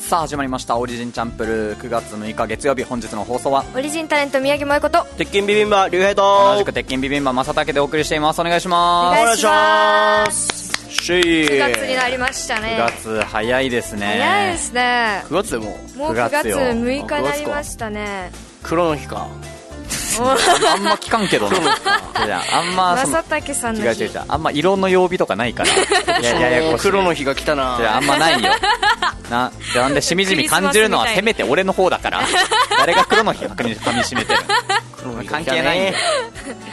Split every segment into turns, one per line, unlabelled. さあ始まりましたオリジンチャンプルー9月6日月曜日本日の放送は
オリジンタレント宮城萌子と
鉄筋ビビンバ、竜兵と。
同じく鉄筋ビビンバ正竹でお送りしていますお願いし
お
ます
願いします
しー
9月になりましたね
9月早いですね
早いですね
9月でもう、
も
9
う9
月
月
よ
6日になりましたね
黒の日か。
あんま聞かんけどないやあんまその
正竹さん
違
の
う違う
日
違うあんま色の曜日とかないからいやややこしい
黒の日が来たな
じゃああんまないよななんでしみじみ感じるのは
クリスマスみたい
せめて俺の方だから誰が黒の日かみかみしめてる
黒の日が
関
来た
係ないんだよ
ね。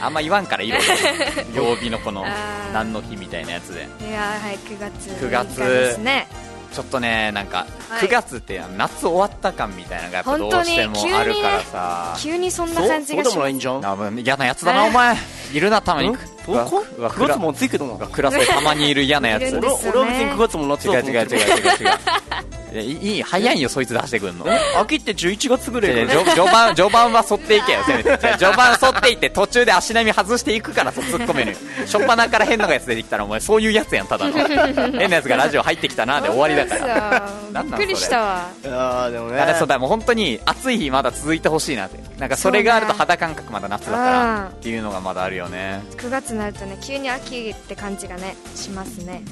あんま言わんから色々 曜日のこの
あー
何の日みたいなやつで
いやーはい9月
9
6
月
日ですね
ちょっとねなんか
はい
9月って夏終わった感みたいなのがやっぱどうしても
本当に急にね
あるからさ
急にそんな
そう
感じ
そ
が
うで
しま
もな
す
いんじゃん。
なもう嫌なやつだな
えー
お前いるなたまに
どこ
うわ
?9 月も暑いけどな。
クラスでたまにいる嫌な やつ
いるんで
俺は
すよね
俺は別に9月も夏
違う
だと思
違
っ
う違
て
う
る
違う違ういや いいいい早いよそいつ出してくんの
え秋って11月ぐらい
違う
から
序序盤序盤は沿っていけよせめて違う序盤沿っていって途中で足並み外していくからそう突っ込 める初っ端から変なやつ出てきたらお前そういうやつやんただの変なやつがラジオ入ってきたなで終わりだから
ら
なん
び
な
っ
ん
くりしたわ
あー、でもね。
だからそうだもう本当に暑い日まだ続いてほしいなってなんかそれがあると肌感覚まだ夏だから
うん
っていうのがまだあるよね
9月になるとね急に秋って感じがねしますね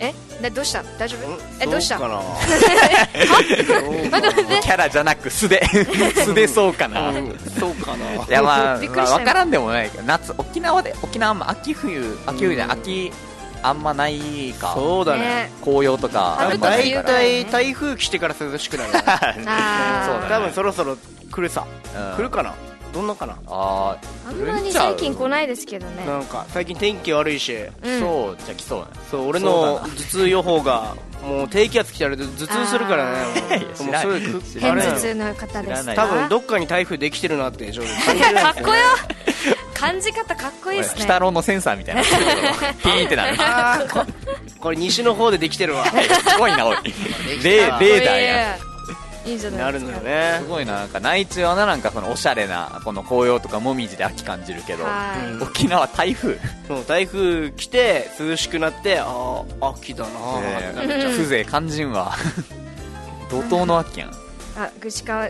えなどうした大丈夫えどうした
そ かな
待って待って
キャラじゃなく素で素でそうかな、
う
い
んそうかな。
やまあ、
びっく
ま
り
あ、
したよ
分からんでもないけど夏沖縄で沖縄あんま秋冬秋冬じゃない
うん
秋あんまないか
そうだね。
ね
紅葉とか
あ
あ
る
ん
と
まな
だ
い
い
か
た
ら
い台風来てから涼しくな るね。
あ
そ
ー
うだね
多分そろそろ来るさ。
うん
来るかなどんなかな
あ
あんまり最近来ないですけどね
なんか、最近天気悪いし。
ー、
うん
そうじゃあ来そうね
そう俺
そう
の
だな
頭痛予報がもう低気圧来たら頭痛するから
あ
ねもう
ーいや知らん
もうそういう
知らん
偏
あれ
頭痛の方ですか
知らない
多分どっかに台風できてるなって正直感
い
じ
や
る
かっこよ感じ方かっこいいです
鬼
ね
太郎のセンサーみたいなピーンってなる
あーこ これ西の方でできてるわ
すごいなおいレー
で
レーダーやん
いいんじゃな
ない
で
る
すか
のよね
すごいななんか内地はななんかそのおしゃれなこの紅葉とかもみじで秋感じるけど
は
沖縄台風
そう台風来て涼しくなってああ秋だなーってな
う
る
ん
風情肝心は怒涛の秋やん
いあぐしかわ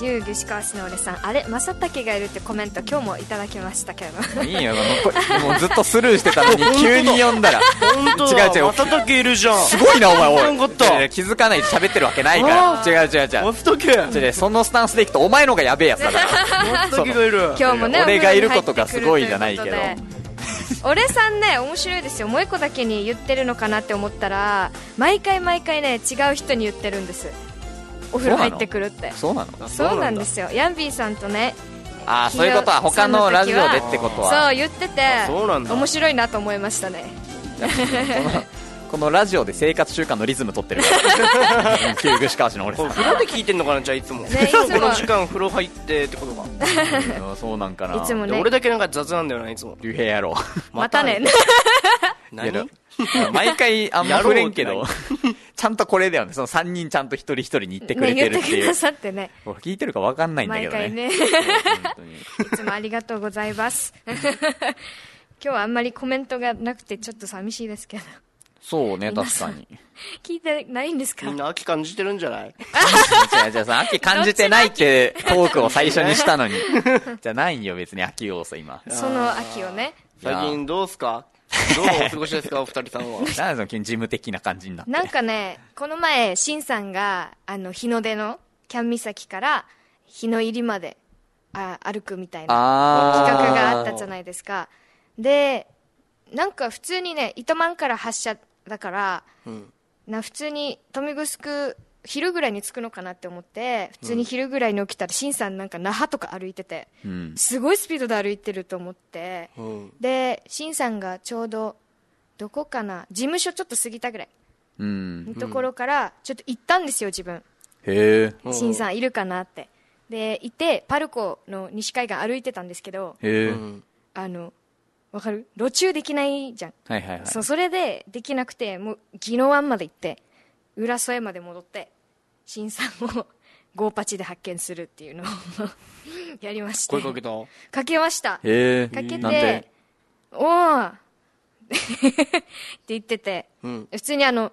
旧ぐしかわ市の俺さんあれ正竹がいるってコメント今日もいただきましたけど
いいよこのこもうずっとスルーしてた のに急に呼んだら
本当だ
違う違う
まただけいるじゃん
すごいなお前 おい
知らんかった
いやいや気づかないで喋ってるわけないから
あ
違う違う違う
まただけま
違う違うそのスタンスでいくとお前のがやべえやつ だから
ただけがいる
今日もね
俺がいること
お風呂
が
に入ってく
すごいじゃない
と
けど
うことで俺さんね面白いですよもう一個だけに言ってるのかなって思ったら毎回毎回ね違う人に言ってるんですお風呂入ってくるって
そうなの
あ
そうなんですよヤンビーさんとね
ああそういうことは他のラジオでってことは
そう言ってて
あそうなんだ
面白いなと思いましたね
このラジオで生活習慣のリズム取ってる から旧具志川市の俺さ
これ風呂で聞いてんのかなじゃあいつも
ねいつも
この時間風呂入ってってことか
んうんそうなんかない
つも
で
ね
俺だけなんか雑なんだよないつも
竜兵やろう
またね
いやだ
何
毎回あんま触れんけ
やろ
ど
うっ
ちゃんとこれだよねその3人ちゃんと一人一人に言ってくれ
ね
て
言っ
るっててい
く
う、
ださってね
俺聞いてるか分かんないんだけど
毎回
ね
ね
本当に
い つもありがとうございます 今日はあんまりコメントがなくてちょっと寂しいですけど
そうね
皆
確
さ
か
ん
に
聞いてないんですか
みんな秋感じてるんじゃない
じゃあじゃあさ秋感じてないってトークを最初にしたの にじゃないよ別に秋要素今
その秋をね
最近どう すかどうお過ごしですかお二人さんは
なんでその急に事務的な感じになって
なんかねこの前しんさんがあの日の出のキャン岬から日の入りまであ歩くみたいな
あ
企
ー
画があったじゃないですかでなんか普通にね糸満から発車だから、な普通に豊見城昼ぐらいに着くのかなって思って普通に昼ぐらいに起きたらしんさんなんか那覇とか歩いてて、
うん
すごいスピードで歩いてると思って、
うん
でしんさんがちょうどどこかな事務所ちょっと過ぎたぐらい
うん
のところからちょっと行ったんですよ自分
へえ
しんさんいるかなってでいてパルコの西海岸歩いてたんですけど
へえ、
うん
あの、わかる路中できないじゃん。
はいはいはい
そう、それでできなくて、もう、宜野湾まで行って、浦添まで戻って、新さんをゴーパチで発見するっていうのを やりまして。
声かけた
かけました。か
へえ
け
なんで
て、お ーって言ってて、
うん
普通にあの、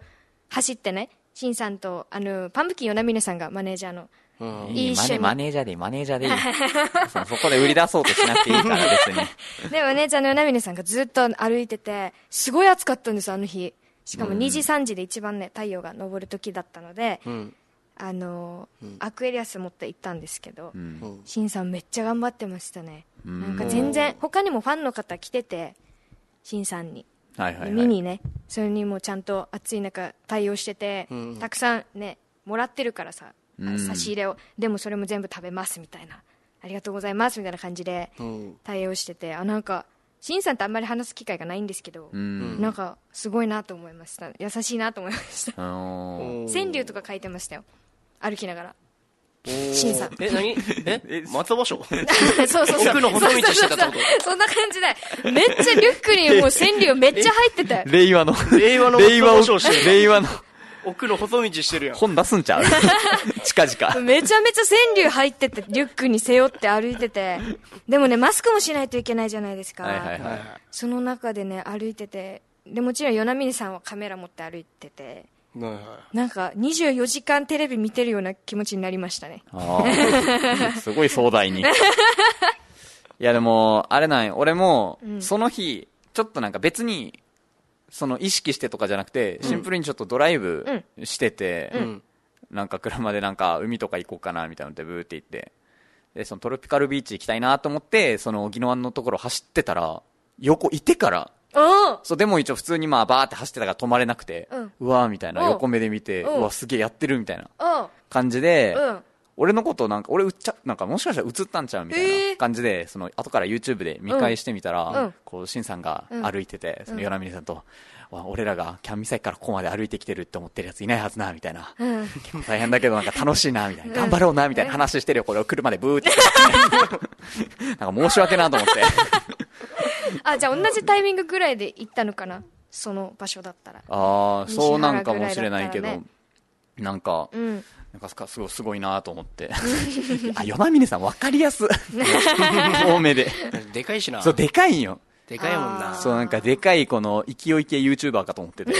走ってね、シンさんと、あの、パンプキン与那峰さんがマネージャーの。
うん。
いい
一緒
マネマネ
に
ージャーでいい、マネージャー でいい。そうそこで売り出そうとしなくていいから、別 に。
で、マネージャーの与那峰さんがずっと歩いてて、すごい暑かったんです、あの日。しかも2時、3時で一番ね、太陽が昇る時だったので、
うん。
あの、アクエリアス持って行ったんですけど、
うん
うん
シンさんめっちゃ頑張ってましたね。
うん
なんか全然、他にもファンの方来てて、シンさんに。
はいはい、は
見
い。
にね、それにもちゃんと暑い中対応してて、
ん
たくさんね、もらってるからさ、
うん
差し入れを、でもそれも全部食べますみたいな、ありがとうございますみたいな感じで
うん。
対応してて、あ、なんか、シンさんってあんまり話す機会がないんですけど、
うん。
なんか、すごいなと思いました。優しいなと思いました。
あのー
川柳とか書いてましたよ。歩きながら。
シ
審査
え、何え松尾芭蕉
そうそうそう。
奥の細道してたって
そう
こと
そうそうそんな感じで。めっちゃリュックにもう川柳めっちゃ入ってて。
令和の、
令和の
令和を
松尾芭蕉して、る
令和の
奥の細道してるやん。
本出すん ちゃう近々。
めちゃめちゃ川柳入ってて、リュックに背負って歩いてて。でもね、マスクもしないといけないじゃないですか。
はいはいはい。
その中でね、歩いてて。で、もちろん、与那峰さんはカメラ持って歩いてて。
はいは
なんか、24時間テレビ見てるような気持ちになりましたね。
ああ。 すごい壮大に。いやでも、あれなんよ俺も、その日、ちょっとなんか別に、その意識してとかじゃなくて、シンプルにちょっとドライブしてて、
ん
なんか車でなんか海とか行こうかなみたいなのでブーって行って、で、そのトロピカルビーチ行きたいなと思って、その沖縄のところ走ってたら、横いてから、
おお
そう、でも一応普通にまあバーって走ってたから止まれなくて、
うん
わーみたいな、
うん
横目で見て、
うん
うわ、すげえやってるみたいな
お
感じで、
うん
俺のことなんか、俺うっちゃ、なんかもしかしたら映ったんちゃうみたい
え
な
ー
感じで、その後から YouTube で見返してみたら、
うん
こう、シンさんが歩いてて、そのヨナミネさんと、わ俺らがキャンミサイからここまで歩いてきてるって思ってるやついないはずな、みたいな。
うん。
結構大変だけどなんか楽しいな、みたいな。頑張ろうな、みたいな話してるよ、これを車でブー って。なんか申し訳なと思って。
あ、じゃあ同じタイミングぐらいで行ったのかなその場所だったら。
あ あ、
西
そうなん
原
か
ぐら
も
い
し
だ
れ
った
な
ら
いけど、
ね
なんか、
うん。
なんかすかすごいすごいなと思って。 あ、与那峰さん分かり やす。多めで。
い。でかいしな。
そう、でかいんよ。
でかいもんな。
そう、なんかでかいこの勢い系 YouTuber かと思って て。遠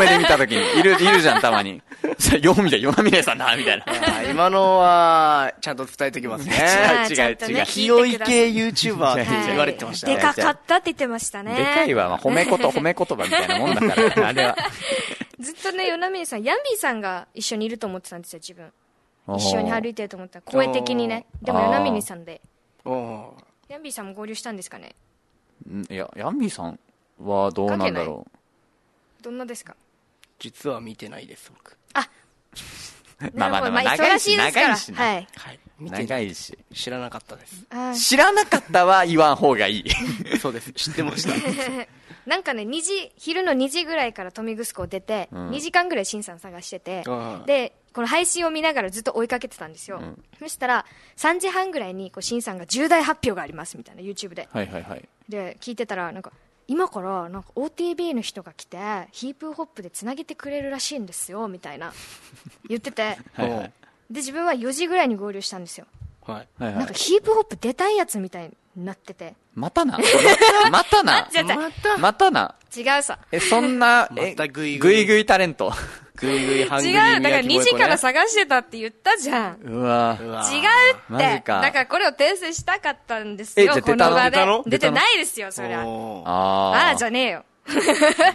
目で見た時に、いる、いるじゃん、たまに。さ、よう見たら与那峰さんな、みたいな。
あー今のは、ちゃんと伝えておきますね。
はい
違う
ちゃんとね
違う
聞
清い
てくださ
系 YouTuber って
はい
言われてました
ね
でかかったって言ってましたね。
でかいは、まあ、褒めこと、褒め言葉みたいなもんだから、あれは。
ずっとね、与那峰さん、ヤンビーさんが一緒にいると思ってたんですよ、自分。 一緒に歩いてると思ったら、声的にね。でも、
あー
与那峰さんで。
お
ヤンビーさんも合流したんですかね
んいや、ヤンビーさんはどうなんだろ
どんなですか
実は見てないです、僕。
う。 まあまあ、
ま
ま
あ
あ、
忙
長い
し
し、
いですから。
長いしな。
はい。
はい。見てな
長
い。
いし。
知らなかったです。
あー
知らなかったは言わん方が いい。
そうです。知ってました。
なんかね、2時、昼の2時ぐらいから豊見城を出て、
ん
2時間ぐらいシンさん探してて
うん、
で、この配信を見ながらずっと追いかけてたんですよ。そしたら、3時半ぐらいに、こう、シンさんが重大発表がありますみたいな、YouTube で。
はいはいはい。
で聞いてたらなんか今からなんか OTB の人が来てヒープホップでつなげてくれるらしいんですよみた いな言ってて
はいはい
で自分は4時ぐらいに合流したんですよ
うんはい。
はいは
なん
い
か。ヒープホップ出たいやつみたいになってて
また な。またな。
違う違う
またな。
違うさ
え、そんな、え、
またグイグ
グ
イ
イグイタレント。
ぐいぐい半
違
グ
う
リ
だから2
二
時から探してたって言ったじゃん
うわ
う
ぁ。
わ
違う
ー
っ
マ
て
ジか
だからこれを訂正したかったんですよ
えじゃあ
この場
出た
で
の
出
出
て
たの
ないですよそり ゃ
おー
あ
あ
ー
あじゃねえよ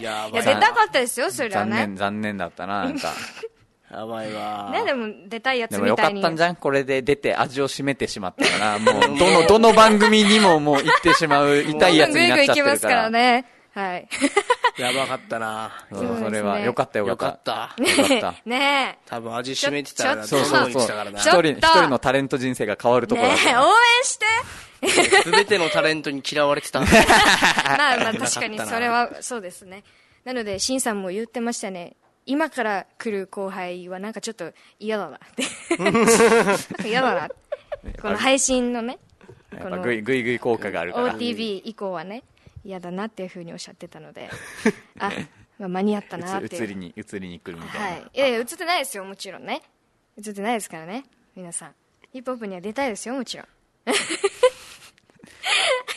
や
いや
ばい
出
な。
たかったですよそりゃ
残
ね
念、残念だったな、なん か。
やばいわ。
ねでも出たいや
で
つ
も
み
よ
た
か
いに
ったんじゃんこれで出て味を占めてしまった から、もう、どの、どの番組にももう行ってしまう、痛いやつになっちゃって
ぐいぐい行きま
る
す
か
から
ら。
ね。はい。
やばかったな。
そ
そうです
う
ね
それは、よかったよ
よ
か
か
っ。
ったた。
よか った。
ね
多分味しめてたら、
ち
そ
ょ
う
ちょ
そう
どんどん
そう。
行ってたから
一
な。
ちょっ
人、
と
一人のタレント人生が変わる
え。
ところ
ね
だか
え、
ら
応援 して
すべてのタレントに嫌われてた。
まあまあ
なかったな
確かにそれはそうですね。なので、シンさんも言ってましたね。今から来る後輩はなんかちょっと嫌だなって。なんか 嫌だなって。この配信のね、
や
こ
っぱ
の
グイグイグイ効果があるから。
OTV 以降はね、嫌だなっていうふうにおっしゃってた ので、あ、まあ間に合ったなっ
う
て
つ
い
移
う
りに、移りに来るみた
はいい。いやいや、映ってないですよ、もちろんね。映ってないですからね、皆さん。ヒップホップには出たいですよ、もちろ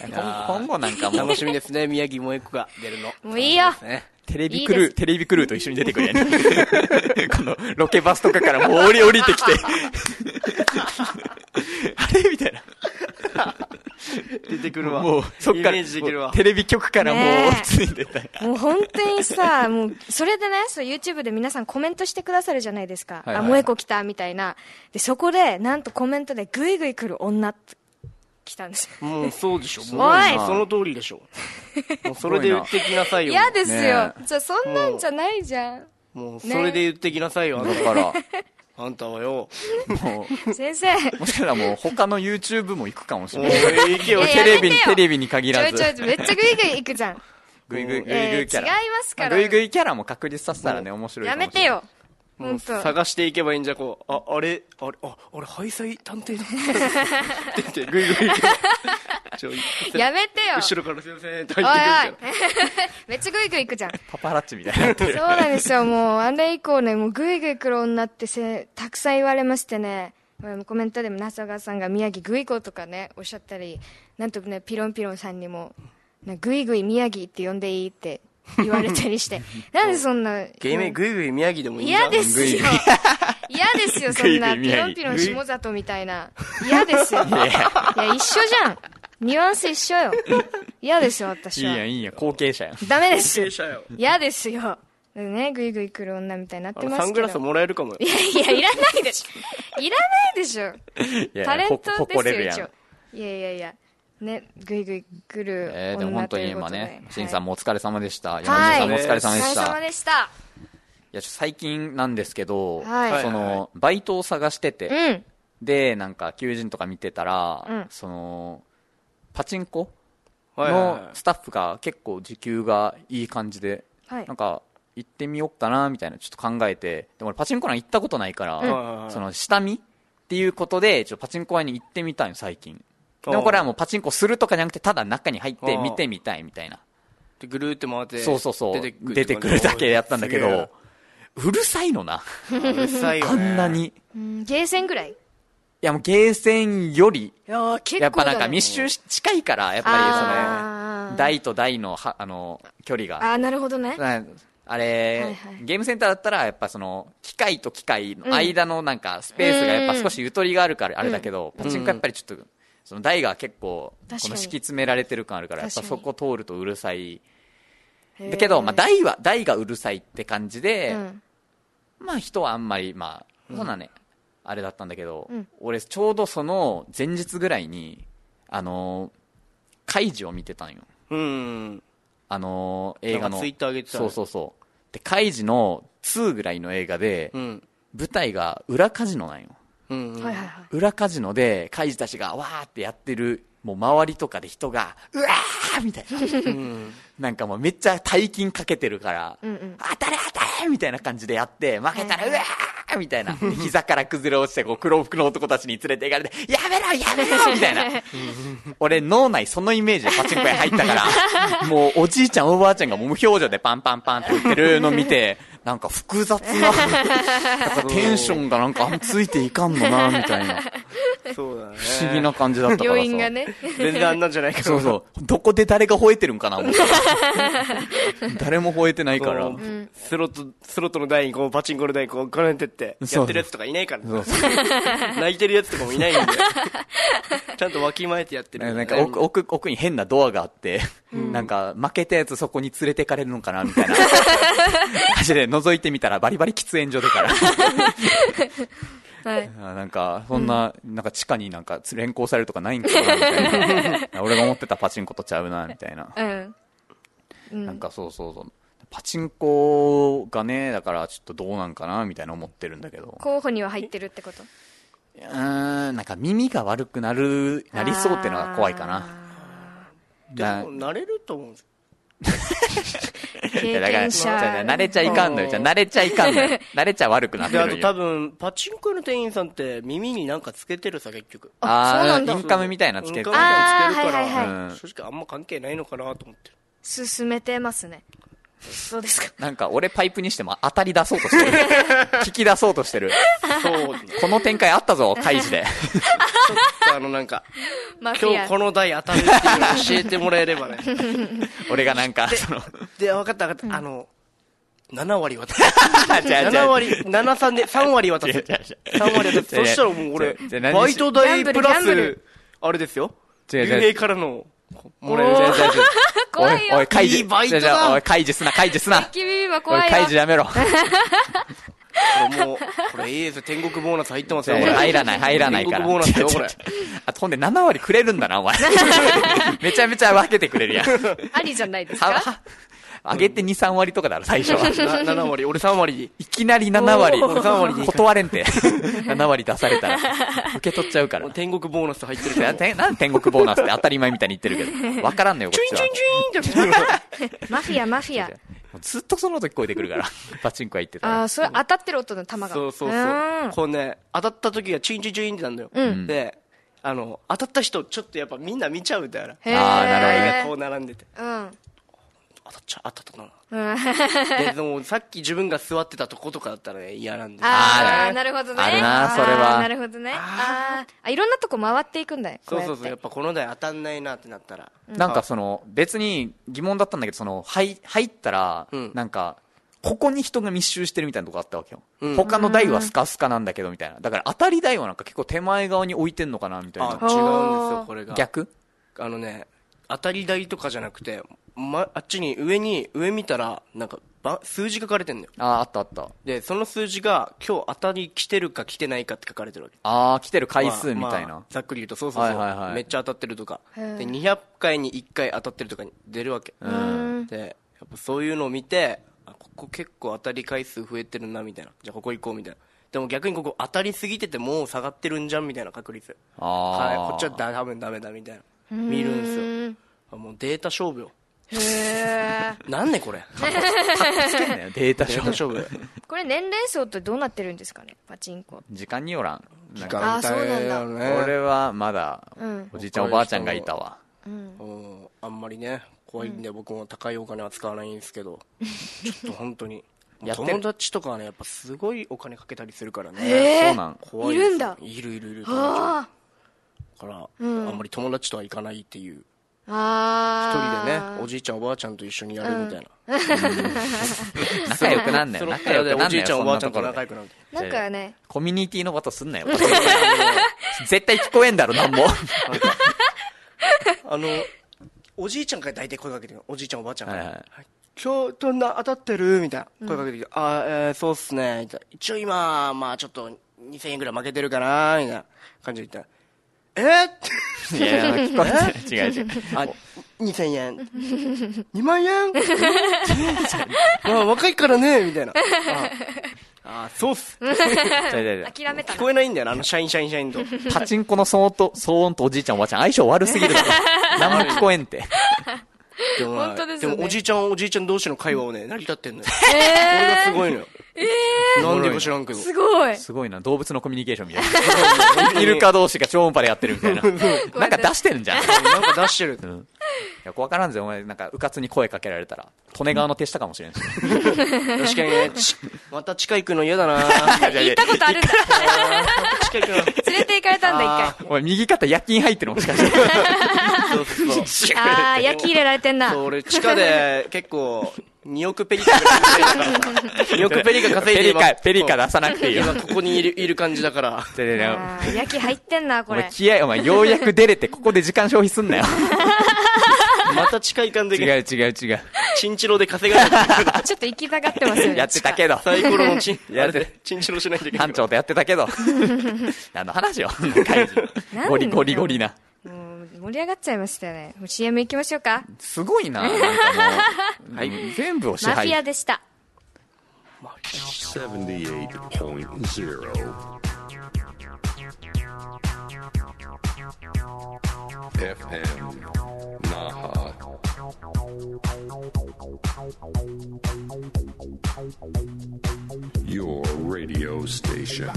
ん。
な。今今後なんかもう
楽しみですね、宮城萌子が出るの。
もういいよ
そうですね
テレビ
いい
ク
で
ル
す
ー、テレビクルーと一緒に出てくるやね。 この、ロケバスとかからもう降り降りてき て。あれみたいな。
出てくるわ。
もう、そっから、
イメージできる
も
わ
う。テレビ局からも
ね
う
え
ついてたよ。
もう本当にさ、 もう、それでね、そう YouTube で皆さんコメントしてくださるじゃないですか。
いはい
あ、萌え子来た、みたいな。で、そこで、なんとコメントで、ぐいぐい来る女って、来たんです。
もうそうでしょ。もう
おい
その通りでしょ。もうそれで言ってきなさいよ。
嫌ですよ
ね。
じゃあ、そんなんじゃないじゃん。
もうそれで言ってきなさいよ、あん
だ
た
から、
あんたはよ。
も
先生。
う、 もしかしたらもう他の YouTube も行くかもし
も
れ
う
ない。
いけ
い
よ
テレ
や。
ビ
やめ
に、
てよ
テレビに限
ちょ
ら
い
ず
ちょ。いちょい、めっちゃぐいぐい行くじゃん。
グイグイ、グイグ
え
イキ
ー違
ャ
い
ラ。
ますから。
グイグイキャラも確立させたらね、面白い
や
かもし
め
れな
て
い。
よ。
もう
本当。
探していけばいいんじゃ、こう。あ、あれ、あれ、あ、あれ、廃材探 偵だ。って言って、ぐいぐい。ちょ
やめてよ。
後ろから先生って入ってくる
おい
から
おい。 めっちゃグイグイ行くじゃん。
パパラッチみたいになって
そう
る。
なんですよ。もう、あれ以降ね、もうグイグイ来る女ってせ、たくさん言われましてね。まあコメントでも、那須川さんが宮城グイコとかね、おっしゃったり、なんとね、ピロンピロンさんにも、なグイグイ宮城って呼んでいいって言われた りして。なんでそんな。
芸名ぐいぐい宮城でもいいんだ
嫌で す
ぐい
よ
ぐい。
嫌ですよ、そんな。
グイグイ
ピ
宮
ロ
城
ンピロン下里みたいな。嫌ですよ。いや、一緒じゃん。ニュアンス一緒よ。嫌ですよ、
いい
私は。
やん、いいやん、後継者 やん。
ダメですよ
弊。社よ。
嫌ですよ。ね、グイグイ来る女みたいになっ
あ
て
の、
ますけど。
サングラスもらえるかもよ
い。やいや、いらないでしょ。いらないでしょ。
いや
タレント
ほ誇れる
で
や
す
ん
よ、。一応。いやいやいや。ね、ぐいぐい来る
えー、でも
女
本
と
当に
いうこ
今
とで。
ね、しんさん
も。
もお疲れ様でした。山
は
田
い
さんもお疲れ
お
様でし
疲れ様
た。い
でした。
や、ちょ最近なんですけど、
はい
その、バイトを探してて、
うん。
で、なんか求人とか見てたら、
うん
その、パチンコ
はいはいはい
のスタッフが結構時給がいい感じで、
はい
なん。か、行ってみようかな、みたいな、ちょっと考えて、でも俺パチンコなん行ったことないから、
うん
その、下見っていうことで、ちょっとパチンコ屋に行ってみたいの、最近。でもこれはもうパチンコするとかじゃなくて、ただ中に入って見てみたいみたいな。
でぐるーって回って
そうそうそう。出て
って感じ
くるだけやったんだけど、うるさいのな。
すげえうるさいよ
あ
ね
んなに。い
うんゲーセンぐらいい
やもうゲーセンより、
やー結構
やっぱなん
だ
か
ね
密集し近いから、やっぱりそ
あ
の、
ー
台と台のは、あの、距離が。
あー、なるほどね。
なあれ、
はいはい
ゲームセンターだったら、やっぱその、機械と機械の間のなんかスペースがやっぱ少しゆとりがあるから、あれだけど、パチンコやっぱりちょっと、その台が結構、この
確かに
敷き詰められてる感あるから、やっぱ
確か
そ
に
こ通るとうるさい。
へー
だけど、まあ、台は、台がうるさいって感じで、
うん
まあ人はあんまり、まあ、そんなね、あれだったんだけど、
うん
俺ちょうどその前日ぐらいに、あのー、カイジを見てたんよ。
うん
あのー映画
なん
の。
かツイッター上げてたね
そうそうそう。で、カイジの2ぐらいの映画で、
うん
舞台が裏カジノなんよ。
うんうん
はいはいはい。
裏カジノで、カイジたちがわーってやってる、もう周りとかで人が、うわーみたいな。なんかもうめっちゃ大金かけてるから、
うんうん
当たれ当たれみたいな感じでやって、負けたら、
は
う
いは
わーみたいな。で膝から崩れ落ちて、こう黒服の男たちに連れて行かれて、やめろやめろみたいな。俺脳内そのイメージでパチンコ屋入った から、もうおじいちゃんおばあちゃんがもう無表情でパンパンパンって言ってるの見て、なんか複雑な、なんかテンションがなんかあんまついていかんのな、みたい な。
そうだね
不思議な感じだったからさ。
病院 がね。
全然あんなんじゃないから
そうそう。どこで誰が吠えてるんかな思った 誰も吠えてない
こう
から。
スロットスロットの台にこうパチンコの台にこうガランってって
そう
やってるやつとかいないから
そうそ
泣いてるやつとかもいないんで ちゃんとわきまえてやってる
なんか奥奥奥に変なドアがあって、なんか負けたやつそこに連れてかれるのかなみ たいな感じで覗いてみたらバリバリ喫煙所だから
はい。
あなんかそんな,、なんか地下になんか連行されるとかないんかなみたい な俺が思ってたパチンコとちゃうなみたいな、
うん。
なんかそうそうそうパチンコがねだからちょっとどうなんかなみたいな思ってるんだけど
候補には入ってるってこと
うーんなんか耳が悪くなるなりそうっていうのが怖いかな
な。
で
な
も慣れると思うんです
い
経
やだから
験
じゃ
者。
あじゃあ慣れちゃいかんのよじゃあ慣れちゃいかんの よ慣れちゃ悪くなって
であ
る
と
ん
多
よ
分パチンコの店員さんって耳になんかつけてるさ結局
あそうなん
ー
だ
インカムみたいなつけて
る
る
か
あ
らつけるか
あーはい
はいは
ら
い
正直あんま関係ないのかなと思ってる
進めてますね。そ うですか。
ーなんか俺パイプにしても当たり出そうとして る聞き出そうとしてる
そうですね
この展開あったぞ開示で
ちょっとあのな んか
マフィ
今
ア
日。この台当たるっていうのを教えてもらえればね。
俺がなんかその
で、分かった分かった。あの、 7割渡す。
じゃあじゃ
7
あ
割、73で3割渡
違う違
す
う。違う
3割渡す。そしたらもう俺
じゃあじゃあ、何
バイト代プ
ギャンブル
ラ
ギャンブ
ス
ル、
あれですよ。
違う違
竜
う
兵からの、もら
違う
え
違う違
る。
う
怖い
お
よ
いおい開
いい
示
バイトだ
じゃあじゃあおい開示すな開示すな
キビビは
おい
怖い
開示
よ
やめろ
これもう、これいいですよ。天国ボーナス入ってますよ。これ
入らない入らないから
天国ボーナスよ、これ。
あとほんで7割くれるんだなお 前めちゃめちゃ分けてくれるやん
ありじゃないで す
は
か
は上げて23割とかだろ最初は
な7割、俺3割。
いきなり7割
おー7割でいいか
断れん て7割出されたら受け取っちゃうから
天国ボーナス入ってるから。
なてなんで天国ボーナスって当たり前みたいに言ってるけど分からんのよこっちは
チュインチュインって。
マフィア マフィア
もうずっとその音聞こえてくるから パチンコは行ってた
あ
ら
あそれ当たってる音の弾が
そうそうそう
ーん
こうね当たった時がチュインチュインチュインってなんだよ、
うん
であの当たった人ちょっとやっぱみんな見ちゃうんだよあれ
へー
あーなるほどね
こう並んでて
うん
当たっちゃう当たっ
うん
た なででもさっき自分が座ってたとことかだったらね嫌なんで
あ
あ
あ
ー
なるほどね
あるなそれは
あーなるほどねあーあいろんなとこ回っていくんだよこ
そうう
やっ
そ
て
うそうやっぱこの台当たんないなってなったら、
なんかその別に疑問だったんだけどその入入ったら
うん
なんかここに人が密集してるみたいなとこあったわけよ、
うん
他の台はスカスカなんだけどみたいなだから当たり台はなんか結構手前側に置いてんのかなみたい
あ違うん
な
です
あ
よ
ー
これが
逆
あのね当たり台とかじゃなくて、ま、あっちに上に上見たらなんかば数字書かれてんだよ
あああったあった
でその数字が今日当たり来てるか来てないかって書かれてるわけ
ああ来てる回数みたいな、
まあまあざっくり言うとそうそうそう、
はいはいはい
めっちゃ当たってるとかで
へえ
200回に1回当たってるとかに出るわけ、
ん
でやっぱそういうのを見てあここ結構当たり回数増えてるなみたいなじゃあここ行こうみたいなでも逆にここ当たりすぎててもう下がってるんじゃんみたいな確率
あ
はい
あ
こっちはだ多分ダメだみたいな見るんですよあもうデータ勝負よ
へえ
なんねこれ
データ
データ
勝負
勝負
これ年齢層ってどうなってるんですかねパチンコ
時間によらん なんか
あーそうなんだ
ね
俺はまだ
ん
おじいちゃんおばあちゃんがいたわ
うんあんまりね怖いんで僕も高いお金は使わないんですけど、ちょっと本当に
やってる
友達とかはねやっぱすごいお金かけたりするからね、
えー
そうなん
怖いです
い
よ
るんだ
いるいるいるだ
あ
から、あんまり友達とは行かないっていう
ああ
一人で
あ
ねおじいちゃんおばあちゃんと一緒にやるみたいな、
仲良くなんだよ
その
仲良く
で
なんだよ
おじいちゃん
そ
お
ん
ばあ
な
ちゃん
と
と
ころ
仲
で
良くなる
なんかね
コミュニティのことすんなよ絶対聞こえんだろ なんも
あのおじいちゃんから大体声かけてくるおじいちゃんおばあちゃんから、
はいはい
今日どんな当たってるみたいな声かけてきて、あーえー、そうっすねみたいな一応今まあちょっと2000円ぐらい負けてるかなみたいな感じで言ったらえっ、
いや聞こえ てない違う違う
あ2000円2万円まあ若いからねみたいなああそうっす聞
違う違う違う
諦めたな
こえないんだよなあのシャインシャインシャインと
パチンコの騒音と騒音とおじいちゃんおばあちゃん相性悪すぎ るだろ何も聞こえんて
でもな
本当ですよね
もおじいちゃんおじいちゃん同士の会話をね成り立っ てんのよこ
え
れがすごいのよなんでか知らんけど
ーすごい
すごいな動物のコミュニケーションみたい なイルカ同士が超音波でやってるみたいななんか出してるんじゃんい
なんか出してる
や怖からんぜお前なんかうかつに声かけられたら利根川の手下かもしれんし
確かにねちまた近いくの嫌だな
行ったことあるんだ
近いくの
連れて行かれたんだ
お前右肩夜勤入ってるもしかして
そうそうそう
一回ああー焼き入れられてんな
そう俺地下で結構2億ペリカ2億ペリカ稼
ペ
いで
リ
今
カペリカ出さなくていいよ
今ここにいるいる感じだから
ででで
あー焼き入ってんな
お
これ
前気合お前ようやく出れてここで時間消費すんな よ
また近い感じ
違う
で
違う違う
チンチロで稼がないと
ちょっと行きたがってますよね
やってたけど
サイコロのチン
や
や
って
でチンチロしないといけない
班長とやってた けどあの話よ会議
なんだ
ゴリゴリゴリな
もう盛り上がっちゃいましたよねもう CM 行きましょうか
すごいななんかもう、はい、全部を支
マフ
配
ィアでした
78.0 FM Naha. Your radio station.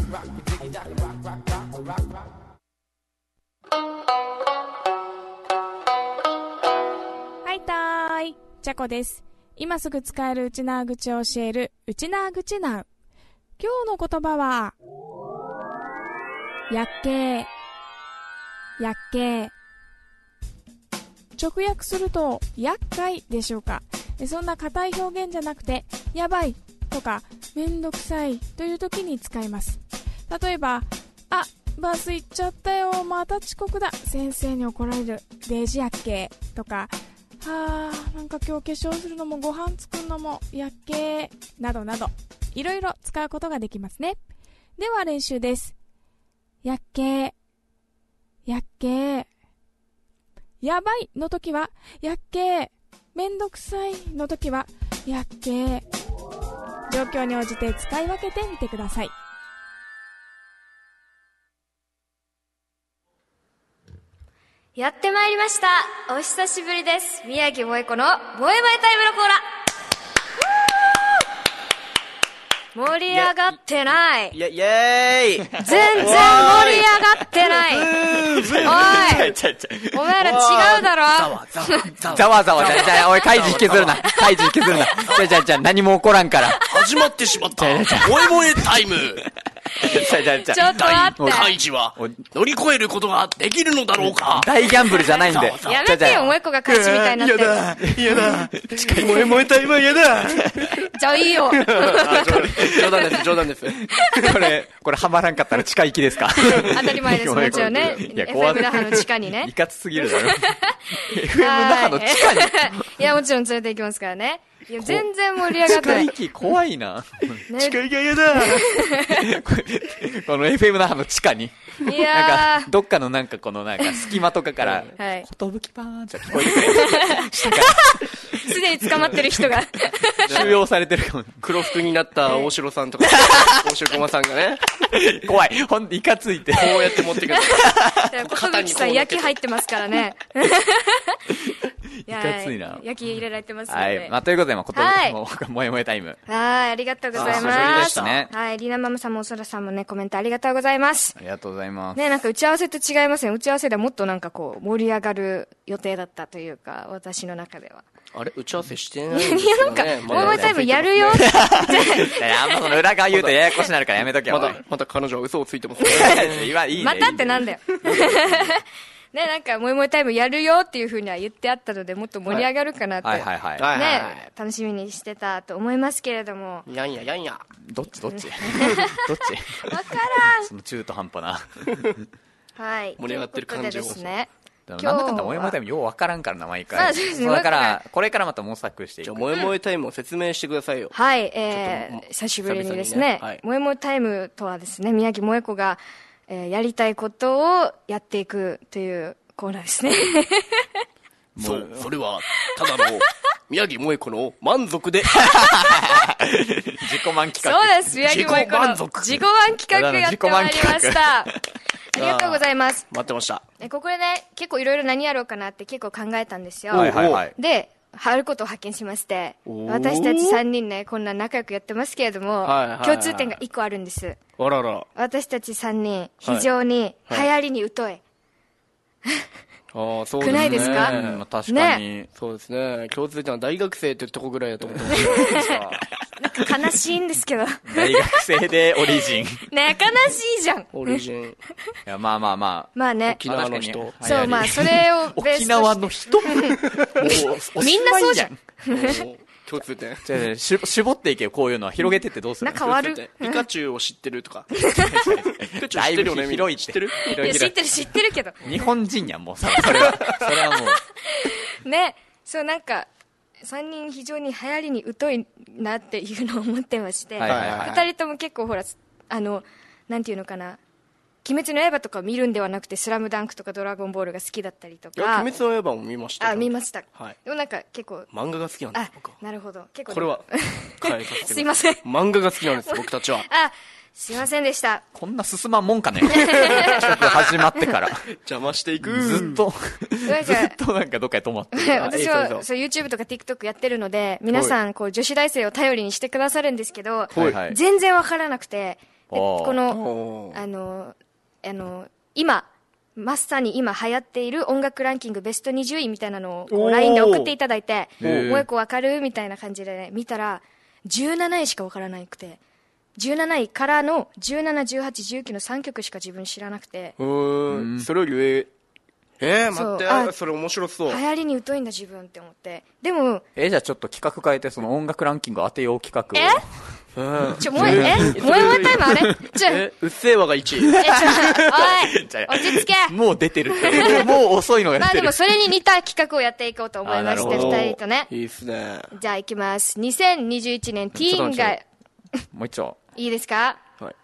はいたーい。ちゃこです。今すぐ使えるうちなーぐちを教える、うちなーぐちなう。今日の言葉は、やっけー。やっけー。直訳すると、厄介でしょうか。えそんな硬い表現じゃなくて、やばい、とかめんどくさいという時に使います例えばあバス行っちゃったよまた遅刻だ先生に怒られるデジやっけとかはあなんか今日化粧するのもご飯作るのもやっけなどなどいろいろ使うことができますねでは練習ですやっけやっけやばいの時はやっけめんどくさいの時はやっけ状況に応じて使い分けてみてください
やってまいりましたお久しぶりです宮城萌子の「萌え萌えタイム」のコーラ盛り上がってない
イェイエーイ
全然盛り上がってない
ちゃちゃ
おいお前ら違うだ
ざ
ろ
わざわざわ
ざわざわじゃじゃおい、カイジ引きずるな。カイジ引きずるな。じゃじゃじゃ何も起こらんから。
始まってしまった萌え萌えタイム
じゃじゃじ
ちょ
ゃ
っと待っ
おい
て
大事は乗り越えることができるのだろうか
大ギャンブルじゃないんで。
やめてよ萌子が勝ちみたいになってる
嫌だ 萌え萌えタイムは嫌だ
じゃあいいよ
冗談 です冗談です
これ、これハマらんかったら地下行きですか
当たり前ですもちろんね
いや
FM
怖い
那覇の地下にね
いかつすぎるだ ろ。FM 那覇の地下に。
いやもちろん連れて行きますからねいや全然盛り上がっ
地
てな
下行
い、ね、
き怖いな。
いが嫌だ
この FM 那覇の地下に。
い
な
や
んか、どっかのなんかこのなんか隙間とかから、
ーはい
ことぶきパーンじゃ聞こえてく
すでに捕まってる人が
る。 収容されてるかも。
黒服になった大城さんとか大城駒さんが ね
怖い。ほんいかついて。
こうやって持ってくる
寿さん焼き入ってますからねいや
いかついな
焼き入れられてますので、
はい。まあ、ということで、まあ、こと、
はい
もう、もえもえタイム。
はい、ありがとうござい
あ久しぶり
ま
でし
す。
た
ね
はい、りなママさんもおそらさんもね、コメントありがとうございます。
ありがとうございます。
ね、なんか打ち合わせと違いますね。打ち合わせではもっとなんかこう、盛り上がる予定だったというか、私の中では。
あれ打ち合わせしてないん
いや、なんか、モーマイタイムやるよ。
あんまその裏側言うとややこしなるからやめとけよ。
まだまだ彼女は嘘をついてますね
今 いいね。
またって
い
な
ね
いんだよ。ね、なんか、もいもいタイムやるよっていうふうには言ってあったので、もっと盛り上がるかなって。
はいはいはい。
はいはいはい
ね、楽しみにしてたと思いますけれども。
やんややんや
どっちどっちどっち
わからん
その中途半端な。
はい。
盛り上がってる感じを
ということでですね。
なん
日
だ
は
かんだ、もやもやタイムようわからんからな、毎
まあ
回。
そうですね
そうだか、
わから
これからまた模索してい
じ
く
ゃあ。萌え萌えタイムを説明してくださいよ
はい、え
ちょっと
ー、久しぶりにです
久々
ね
にねはい、
もえもえタイムとはですね、宮城萌子が、えーやりたいことをやっていくというコーナーですね。
そうそれはただの宮城萌子の満足で
自己満企
そ
画。
うです、宮城萌子の
自己満足
自己満企画やってまいりました。ありがとうございます。
待ってました
えここでね、結構いろいろ何やろうかなって結構考えたんですよ。
はいはいはい。
で、あることを発見しまして、
おー
私たち3人ね、こんな仲良くやってますけれども
はいはいは、い
共通点が1個あるんです。
あらら
私たち3人、非常に流行りに疎い。
ああそう
くないですか
うんまあ確かに。
そうですね共通点は大学生ってとこぐらいだと思って ます
悲しいんですけど。
大学生でオリジン。い
ね、悲しいじゃん。
オリジン
や、まあまあまあ。
まあね。
沖縄の人
まあ確かに
そう、まあ、それを ベースとして
沖縄の人
みんなそうじゃん。
お共 通点
じゃあじゃあし絞っていけよ、こういうのは。広げてってどうする
仲悪 い。
ピカチュウを知ってる とかピカチュウ
だ
知っ
い
て
ぶ
るよねみん
広
ない知ってる
いや、知ってる、知ってるけど。
日本人やん、もうさ。それは、それはもう。
ね。そう、なんか、三人非常に流行りに疎いなっていうのを思ってまして、
はいはいはい
二人とも結構ほら、あの、なんていうのかな。鬼滅の刃とかを見るんではなくて、スラムダンクとかドラゴンボールが好きだったりと
いや
か。
鬼滅の刃も見ました
あ、見ま
し
した。
はい
でもなんか結構、
た漫画が好きなんで
あ
す僕は、
なるほど。結構ね
こ れは変えさせてくださ
すいません
漫画が好きなんです僕たち は
あ、すいませんでした。
こんな進まんもんかね。企画始まってから。
邪魔していく
ずっと、
なん
ず
か
っとなんかどっかで止まってる。
私
いいぞいい
は
ぞ
そう YouTube とか TikTok やってるので、皆さん、こう、女子大生を頼りにしてくださるんですけど、
はいはい
全然わからなくて、で
お
こ
ー
の
お、ー
あの、あの、今、まさに今流行っている音楽ランキングベスト20位みたいなのをこ
お
う
ー
LINE で送っていただいて、
へー
もう一個わかるみたいな感じでね、見たら、17位しかわからなくて、17位からの17、18、19の3曲しか自分知らなくて、
うーんそれより上えー、
そう
待って
あ
それ面白そ
流
う
行りに疎いんだ自分って思って。でも、
え、じゃあちょっと企画変えて、その音楽ランキング当てよう企画を。
え
うん。
ちょ、萌え、え萌え萌えタイムあれちょ、え、
え、うっせぇわが1位。
ちょ、 おい、落ち着け。
もう出てるって もう遅いのが
まあ
出て
で
る
も。それに似た企画をやっていこうと思いま
あ
し
ー
て、
なるほど
二人とね。
いいっすね。
じゃあ行きます。2021年ティーンが、
ちょっと待っ
い
もう一丁。
いですか
はい。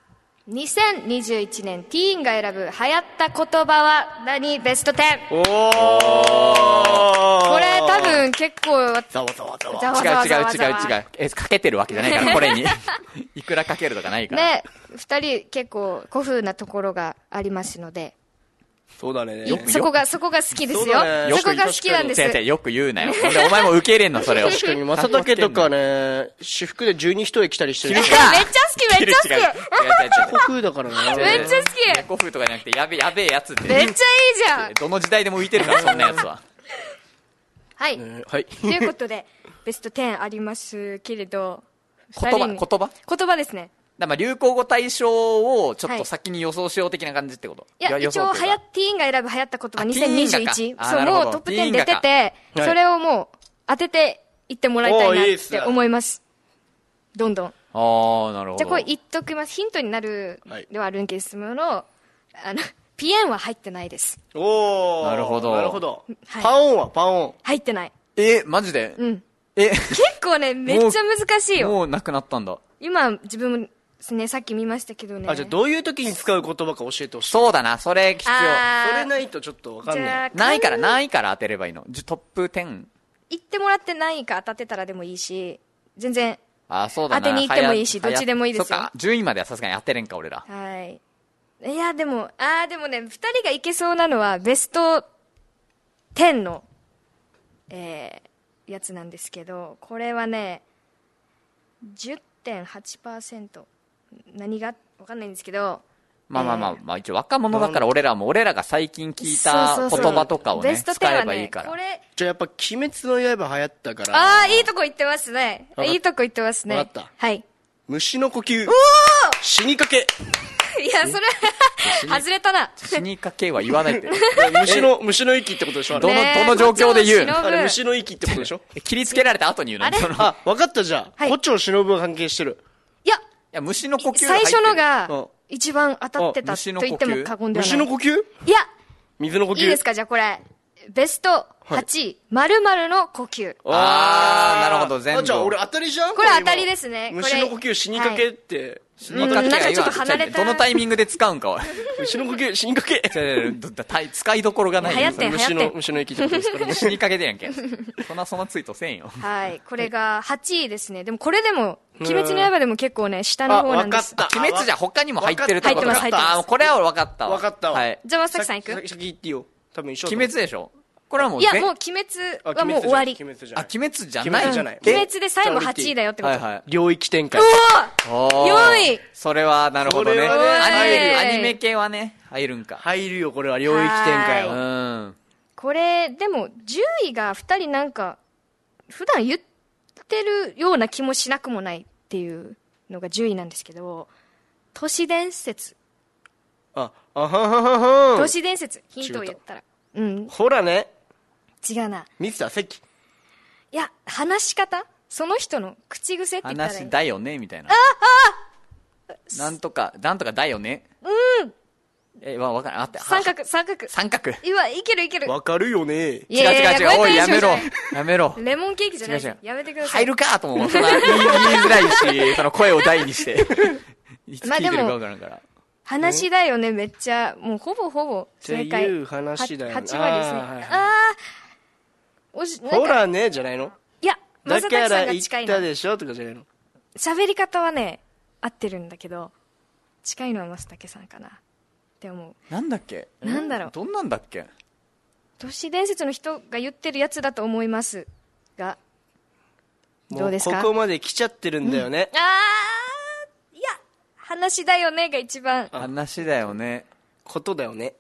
?2021 年ティーンが選ぶ流行った言葉は何ベスト 10?
おーこ
これ多。分結構、
ざわざわざわ。
ざわ
違う
ざわ
違
ざ
う
わざわ。
違う違う。え、かけてるわけじゃないから、これに。 いくらかけるとかないから。
ね、二人結構古風なところがありますので、
そうだね。
いそこが、そこが好きです
そう
よ。
だね
そこが好きなんです。
違う違う、よく言うなよ。ほんで、お前も受け入れんの、それを。
確かに、まさたけとかね、私服で12人へ来たりしてる
違
め
う
っ
違
ちゃ好き、めっちゃ
違う違う
好
古風だから
違う違う違う
ね。
めっちゃ好き
猫風とかじゃなくて、やべ、やべえやつっ
き。
て。
めっちゃいいじゃん。
どの時代でも浮いてるから、そんなやつは。
はい。
ね はい。
ということで、 ベスト10ありますけれど、
言葉、
二人
言
に
葉だか
言葉ですね。
らまあ流行語大賞をちょっと先に予想しよう的な感じってこと。
いや、
予
一
想
応、
とい
流
うか
行っ、ティーンが選ぶ流行った
あ
言葉
ティーン
2021
が。かあ
そう、
なるほ
も
ど
うトップ
ティー
10
ンが
出
か
てて、
はい
それをもう当てていってもらいたいな
おーいいっ
っ
すね
て思います。どんどん。
ああ、なるほど。
じゃあこれ言っときます。ヒントになる
はい
ではあるんですもの、あの、ピエンは入ってないです。
おー。
なるほど
なるほど。
はい
パオンはパオ
入ってない。
え、マジで
うん。
え、
結構ね、めっちゃ難しい よ。
もうなくなったんだ。
今、自分もですね、さっき見ましたけどね。
ン。あ、じゃあどういう時に使う言葉か教えてほしい。
そうだな、それ必要。
あー
それないとちょっとわかん
じゃ
な
あ
い。
ないから、ないから当てればいいの。じゃトップ 10?
言ってもらってないか当たってたらでもいいし、全然、
あー、そうだな。
当てに行ってもいいし
はや
どっちでもいいです
そ
よ
っか、10位まではさすがに当てれんか、俺ら。
はい。いや、でも、ああ、でもね、二人がいけそうなのは、ベスト10の、えー、やつなんですけど、これはね、10.8%。何がわかんないんですけど、
まあまあまあ
え、
まあ一応若者だから俺らも、俺らが最近聞い
そ
た
うそうそう
言葉とかを
ベ
ね、
スト
使
10はね
えばいいから
こ。れ、
じゃあやっぱ、鬼滅の刃流行ったから、
ああ、いいとこ行ってますね。
わかった
いいとこ行ってますね。
わかった
はい。
虫の呼吸、死にかけ、
いや、それ、外れたな。
死にかけは言わ ないって。
虫の、虫の息ってことでしょあ
どの
れ。
ねえ
どの状況で言う
胡蝶忍
あれ虫の息ってことで しょ
切りつけられた後に言うの
あれ
そのい
あ、わかったじゃ
は
あ。
い
胡蝶忍が関係してる。
いや、
や、虫の呼吸入っ
最
てる
初のが
うん
一番当たってた
あ
と
虫の
言っても過言では
虫
な
の
い。
呼吸
いや、
水の呼吸
いいですか、じゃあこれ。ベスト8位、〇〇の呼吸。こ
あー、なるほど、全部。
あじゃあ俺当たりじゃん
れ
今
当たりですね。こ
虫
れ
の呼吸死にかけって、
死にかけは言わ
うんなんかちょっと離れた
どのタイミングで使うんか は。
虫の呼吸死にかけ
違う違うどだたい使いどころがない
流行ってん
虫
流行
の
ってん
虫の息ってことですから ね
死にかけてやんけ。そんな、そんなツイートせんよ。
はい、これが8位ですね。でもこれでも、鬼滅の刃でも結構ね、下の方なんです。
あわかっ
鬼滅じゃ他にも入ってるってこと
入ってます入ってます
あー、これは俺分かったわ。
分かったわ
はい。
じゃあ、まさきさんいく
先先言っていいよ多分一緒
鬼滅でしょこれはもう
い
ぜ、
や、もう鬼
あ
滅は
鬼
もう
滅
終わり。
じゃ
鬼
ない鬼滅じゃな
あ
い、
鬼滅じゃない。
鬼滅じゃない
え
滅で最後8位だよってこ
は
と
い。はい。
領域展開
おー
四位
それは、なるほどね。
これはね
アニメ
入る
アニメ系はね、入るんか。
入るよこれは領域展開
う
は
ん。
これ、でも10位が2人なんか、普段言ってるような気もしなくもないっていうのが10位なんですけど、都市伝説。
ああははは
都
は
市伝説。ヒントを言ったら。うん、
ほらね
違うな。
ミスター関
いや、話し方その人の口癖って言ったらいい
話。だよね、みたいな。なんとか、なんとかだよね。うん。え、わ、わからん。あって、は
三角、三角。
三角。違
いわ、いけるいける。
わかるよね
いう
違う
やいや
違う。おい、やめろ
ごんなさい。
やめろ。
レモンケーキじゃないです
違う違う
やめてください。
入るかとも、 そんな言い言いづらいし、その声を大にして。いつ
まあ
聞いてるかわからんから。
話だよね、めっちゃ。もうほぼほぼ正
っ
解。
ていう話だよね
は8割ですね。
あーはいはい
あーおし、なん
ほ
から
ねじゃないの
いや、ま
だ
さ
か
たさ
ら
んが
言っ
近い
た
な。
でしょとかじゃないの
喋り方はね、合ってるんだけど、近いのはまさたけさんかな。って思う。
なんだっけ
なんだろう
どんなんだっけ
都市伝説の人が言ってるやつだと思いますが、どうですか
もここまで来ちゃってるんだよね
あー、いや、話だよねが一番。
話だよね。
ことだよね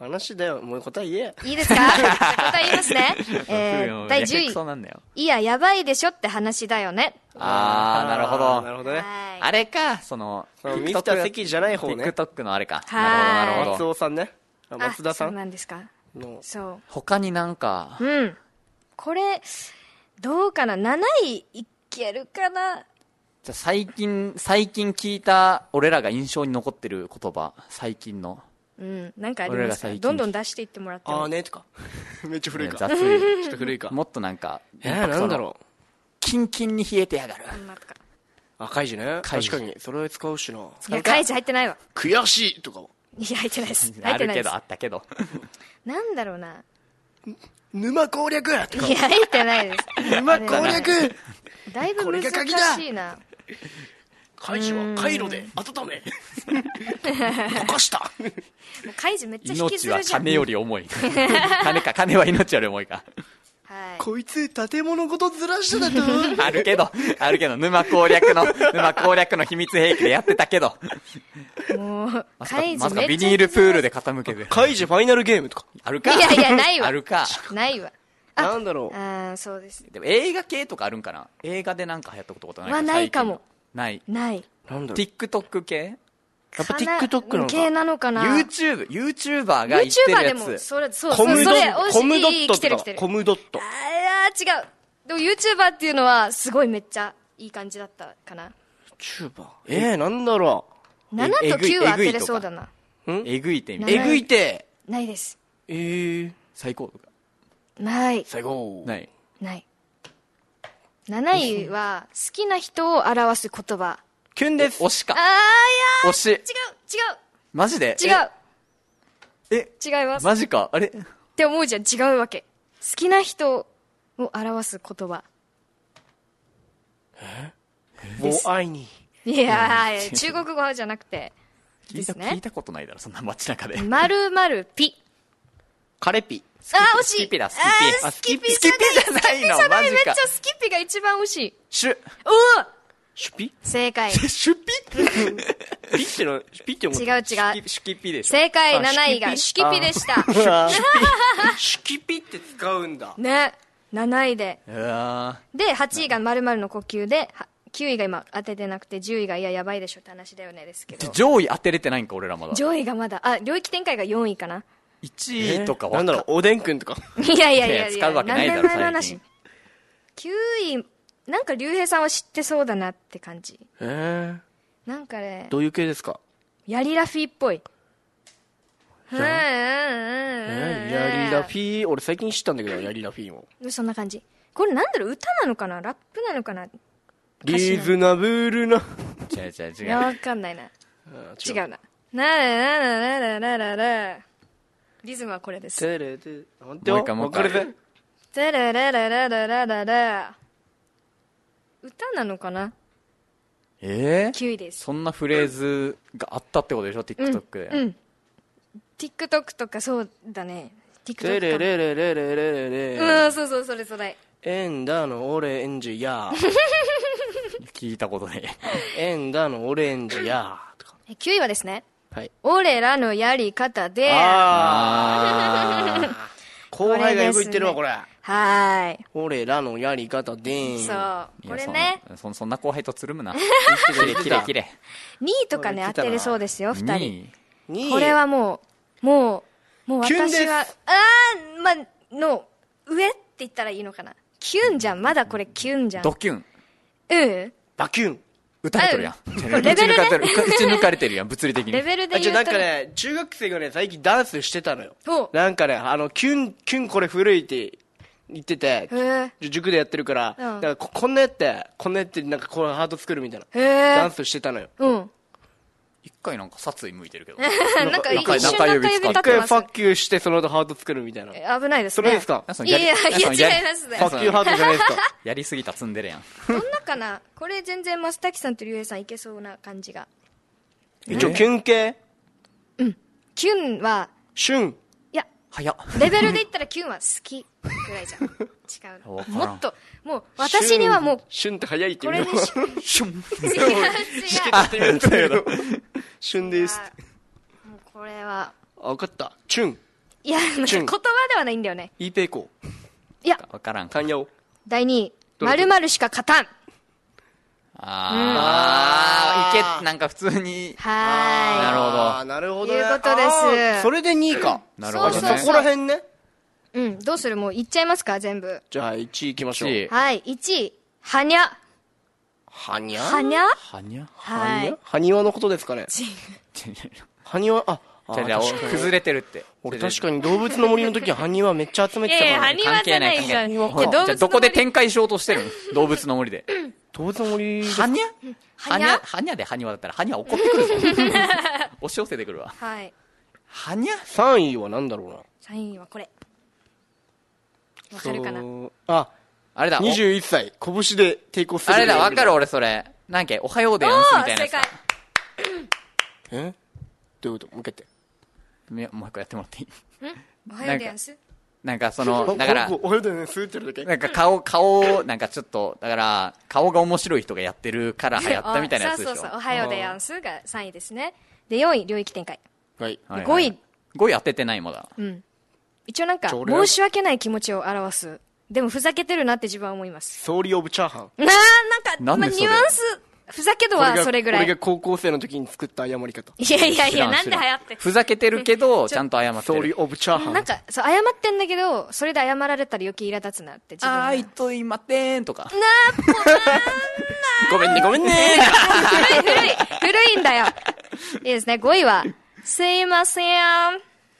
話だよもう答え言えや
いいですか答え言います ね。え
うん
ー、第10
やけくそ
位。
なんだよ。
いや、やばいでしょって話だよね。
あー、なるほど。
なるほどね
はい。
あれか、その、
その
TikTok
ミスター関じゃない方ね
TikTok のあれか。
はい
なるほど、なるほ
松
ど。
尾さんねあ
あ
松田さ
そうんなんですか。
の
そ
他になんか
う。、うん。これ、どうかな ?7 位いけるかな
じゃあ最近、最近聞いた俺らが印象に残ってる言葉、最近の。
うん、なんかあります
俺らが最
か
近
どんどん出していってもらって
あ
も
ーねとか めっちゃ古い
ね
か
雑
ち
い。
ょっと古いか
もっとなんか、
えー、なんだろう
キンキンに冷えてやがる。
そんなとか
あカイジね
カイジ
確かにそれ使うしない
やカイジ入ってないわ
悔しいとかも
いや入ってないです入
あ
って
る
ない
け
です
ど、あったけど。
なんだろうな
沼攻略と
い
か
や入ってないです
沼攻
あれね
略
だいぶ
これ
難
が鍵だ
しいな
カイジは回路で温め溶かした
もうカイジめっちゃ引きず
命は
るじゃん
金より重い。 金か、金は命より重いか。
はい
こいつ建物ごとずらしただと
あるけど、あるけど、沼攻略の、沼攻略の秘密兵器でやってたけど。
もう
まさか
カイ、ジ
まさか
めっ
ビ
ちゃ
ニールプールで傾けて。
カイジファイナルゲームとか
あるか
いやいやないわ
あるか。
ないわあ
なんだろう
ああそうです
でも映画系とかあるんかな映画でなんか流行ったことない
はないかも。
最近の
ない
なん
ない。
だろ
TikTok 系
やっぱ
かな
TikTok なのか
系なのかな
YouTube、YouTuber が言ってる
YouTuber で
や
も
つ。
それそううそ
コ
う
ム
そ
ド
れおい
コムドッ
い
ト
来てる
と
来てる
かコムドット
あー違うでも YouTuber っていうのはすごいめっちゃいい感じだったかな
チューバーえー、なんだろ
7
え
と
ぐい
9は当て
えぐい
れ
とか
そうだな
えぐいてみ
う
え
て。
え
ない
ぐいて
ないです
えー、
最高とか。
ない
最後
ない。
ない7位は好きな人を表す言葉
キュンです
推し
あーい
か。
や
推し。
ー
マジで
違う違う
え、え
違いますっ
マジか。あれ
て思うじゃん違うわけ好きな人を表す言葉
もう愛に
いやー中国語じゃなくて
聞いた、
ですね
聞いたことないだろ、そんな街中で。
「まるまるピ
カレピ」
あー惜しい
スキピだ、スキピ。
あー
あ
スキピ
スキピじゃないの、マジ
めっちゃ
か。
スキピが一番惜しい
シュ、
おお
シュピ
正解違
シュピ
ピってのシュピって思
う
っ
違う
シュキシュキピでしょ。
正解
あ
7位がシ
シ
キ
キ
ピでした
たシュキピって使うんだ
ね7位で
うわ
で8位が〇〇の呼吸では9位が今当ててなくて10位がいややばいでしょって話だよねですけ
ー
ど
上位当てれてないんか、俺らまだ。
上位がまだあ領域展開が4位かな
1位とか
な
わ
んだろうおでんくんとか
いやいやいや
いや
い
使
や
うわけないだろ
何年前の
最
話9位なんか竜兵さんは知ってそうだなって感じ
え
なんかね
ー、どういう系ですか
ヤリラフィっぽいうんうんうんうん
えヤリラフィー俺最近知ったんだけどヤリラフィーも
そんな感じこれなんだろう歌なのかなラップなのかない
リーズナブルな
違う違う違
や
う。
わかんないな違う
う
なならならならならならリズムはこれです
テレテなんてよ
もう一回もう一回
わかるぜ
だらららららららら歌なのかな
えー
9位です
そんなフレーズがあったってことでしょ、TikTok
う
で。
ん TikTok とかそうだね
テ
TikTok とか
レレレレレレレレ
うんそうそうそれそれ
エンダのオレンジや
聞いたことない。
エンダのオレンジやとか
え9位はですね
はい
俺らのやり方では
あ ー後輩がよく言ってるわこ
こ
れ
ーい
俺らのやり方でー ん
そうこ
いや
れね
そんそんそんな後輩とつるむ な。
言
き
って
れ
た
い きれいきれい。
2位とかね
これ
当
来たな
てれそうですよ2人
に
に
これはもう、もう、もう
キュンです
私は、あー、ま、の、上って言ったらいいのかな。キュンじゃん。まだこれキュンじゃん。う
ド
ん。
キュン。
レ
バキュン
打たれてるやん。
レ
打
ベル
ち
ね
抜かれてる。打ち抜かれてるやん、物理的に。
ベルで
あじ
言
ゃ
う
あ
と
なんか、ね中学生がね最近ダンスしてたのよ
お
なんかねあのキュンキュンこれ古いって言ってて
へー
塾でやってるから,、
うん
だからここんなやってこんなやってなんかこうハート作るみたいな
へ
ダン
ー。
スしてたのよ
うん。
一回なんか殺意向いてるけど。
なんか一
中
瞬中指
中
立
指使っ
っ
て
一回
ま
フ
す
ァ。ッキューしてその後ハート作るみたいなフ
え危ないですね。
それですか
なんかその
いやいや
やりなんかやり
違いますね
ァッキューハートじゃないですか
やりすぎた積んでるやん。
どんなかなこれ全然マスタキさんとリュウヘイさんいけそうな感じが。
一応キュン系
キュンは、
シュン
いや、
早っ。
レベルで言ったらキュンは好きぐらいじゃん。違
わか
う。
らん
もっと、もう私にはもう、
シュンシュンって早いって
こ
意味
れ
だ
で し、
シュン。
違う違う。
って言うんだけどシュンです
あもうこれは
あ分かったチュン
いやなんか
チュ
言
ン
葉ではないんだよね
イーペイコー
いや
わからん。
カンヤオ
第2位「
ど
ま
れ
るまるしか勝たん」
あー、いけ、なんか普通に。
は
なるほど
あーなるほどね
いうことです
あーそれで2位か
なるほどね
あじゃあそこら辺ね
ーいうんどうするもう言っちゃいますか全部
じゃあ1位いきましょう
1位
はい1位「はにゃ」
はにゃ
はにゃ
はにゃ
は
は
に
い
ゃ。はにわのことですかね。はにわ、あ、あ
じゃあじゃあお
確かに
崩れてるって
俺確
に
かに動物の森の時ははにわめっちゃ集め
い
て
やい
た
や、
から
は
ね。
にわじゃないじゃん。いや動物の
じゃあ
森
どこで展開しようとしてるの動物の森で
動物の森です
はにゃ
は
は
に
に
ゃ
ゃはにゃではにわだったらはにゃ怒ってくるぞ押し寄せてくるわ
はい。
はにゃ
3位は何だろうな。
サインはこれ。わかるかな
そうあ、
あれだお
21歳、拳で抵抗する。
あれだわかる。俺それなんかおはようでやんすみたいなやつだ
えどういうこともう一回言って。
いやもう一個やってもらっていい
おはようでやんす。
なんかそ のだから
おおおはようだよね、すーってるだけ。
なんか顔、顔を、なんかちょっと、だから、顔が面白い人がやってるから流行ったみたいなやつでしょ。
そうそうそう、おはようでやんすが3位ですね。で、4位、領域展開。
はい。
はい
5位。
5位当ててないまだ。
一応なんか、
ちょ俺は
申し訳ない気持ちを表す。でも、ふざけてるなって自分は思います。
ソーリーオブチャーハン。
なあ、
な
な
んん
か、まあ、
でそ
ニ
れ
ュアンス、ふざけ度はそれぐらい。
俺が
い
高校生の時に作った謝り方。
やいやい
知
や、
ら
な
知
んで
ら
流行って。
ふざけてるけど、ちゃんと謝って
ソーリ
る。
ーオブチャーハン。
なんか、そう、謝ってんだけど、それで謝られたら余計苛立つなって自分は
あーいといまてんとか。
ごめんね、ごめ んね。
古い、古い、古いんだよ。いいですね、5位は、すいません。
あ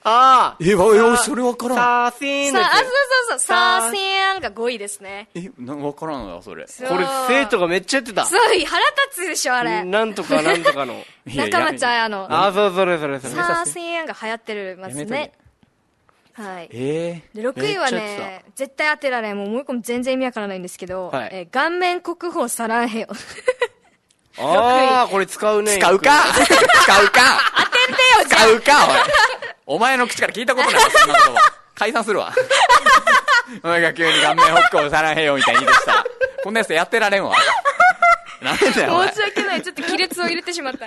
あ。
え、わ、え、それわかん。
サーフィーン
さあ、あ、そう
だ
そうそう、さあせんが5位ですね。
え、なわからんのよ、それ。
これ生徒がめっちゃやってた
す。ごい腹立つでしょ、あれ。
なんとかなん とかの。
いや
仲間ちゃん、あの、
ああ、そうそれそれそれ。
さあせんが流行ってるま
や
す
めとけ
ね。。はい。
え
で、6位は
めっちゃやっ
ね、絶対当てられん。もうもう一個も全然意味わからないんですけど、
はい
えー顔面国宝サラ ンヘヨ。当て
ああ、これ使うね。
ー、使うか 使うか
てよ、じゃ
使うかおい。お前の口から聞いたことないそんな言葉。 解散するわ。お前が急に顔面ホックをさらへんよみたいに言い出したら。こんなやつやってられ んわ。なんでだよ、お
あ
前
申し。訳ない。ちょっと亀裂を入れてしまった。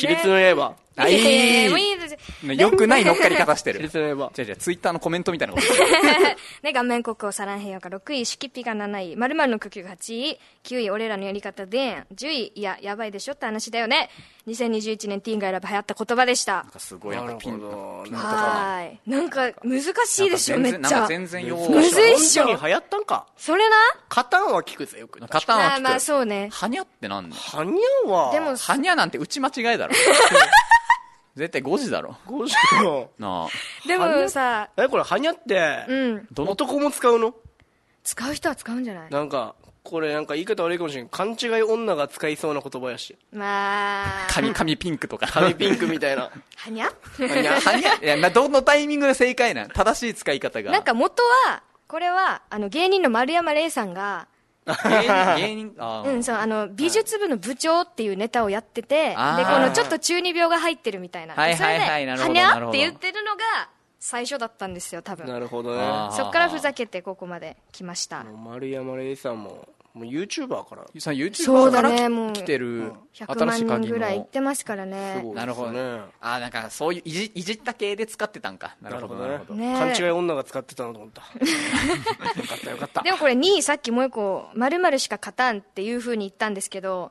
亀裂の刃。
あ
いやいやい
い
や
い
もういいです。
ねよくない乗っかり方して
亀
る。
裂の刃。
じゃじゃツイッターのコメントみたいなこと。
ね、顔面国宝サランヘヨが6位、シュキピが7位、〇〇の呼吸が8位、9位、俺らのやり方で、10位、いや、やばいでしょって話だよね。2021年ティーンが選ぶ流行った言葉でした。
すごい、なんかピン
ど。
はーい。なんか、難しいでしょ、め
な
っ
ん
ち
か
ゃ。
全然よ
むずいっしょ
本当に流行ったんか。
それな
カタンは聞くぜ、よく。
カタンは
まあ
聞く。
まあ、そうね。
はにゃってなんだ
はにゃんは。
でも、
はにゃなんて打ち間違いだろ。 絶対5時だろ。
五十の。
なあ。
でもさ、
え、これ、はにゃって、
うん。
どの
男も使うの
使う人は使うんじゃない
なんか、これなんか言い方悪いかもしれん。勘違い女が使いそうな言葉 やし。
まあ、
髪、髪ピンクとか。
髪ピンクみたいな。
はに ゃ
いや、はにゃ、いや、などのタイミングで正解なん正しい使い方が。
なんか元は、これは、あの、芸人の丸山礼さんが、
芸人、芸人、あ
う
ー
ん、そう、あの、美術部の部長っていうネタをやってて、で、こ
あー
のちょっと中二病が入ってるみたいな。
はいはいはい
そ
なるほ
れで
どな
はに
る
ゃっ
ほ
て
ど
言ってるのが、最初だったんですよ、多
な
分。
るほどね
あ。
そっからふざけてここまで来ました
も。う丸山礼さんも、もう YouTuber から。
さ、
そう
YouTuber
だ
か
ね
ら
もう
来てる、
100万人
鍵
ぐらい行ってますから
す
ね。
ごい。
なるほど
ね
ね。。あー、なんかそういういじいじった系で使ってたんか。な
な
る
る
ほ
ほ
ど、
ど
なる
ね
ほど。。
勘違い女が使ってたなと思った。よかったよかっ た。
でもこれ2位、さっきもう一個、〇〇しか勝たんっていう風に言ったんですけど、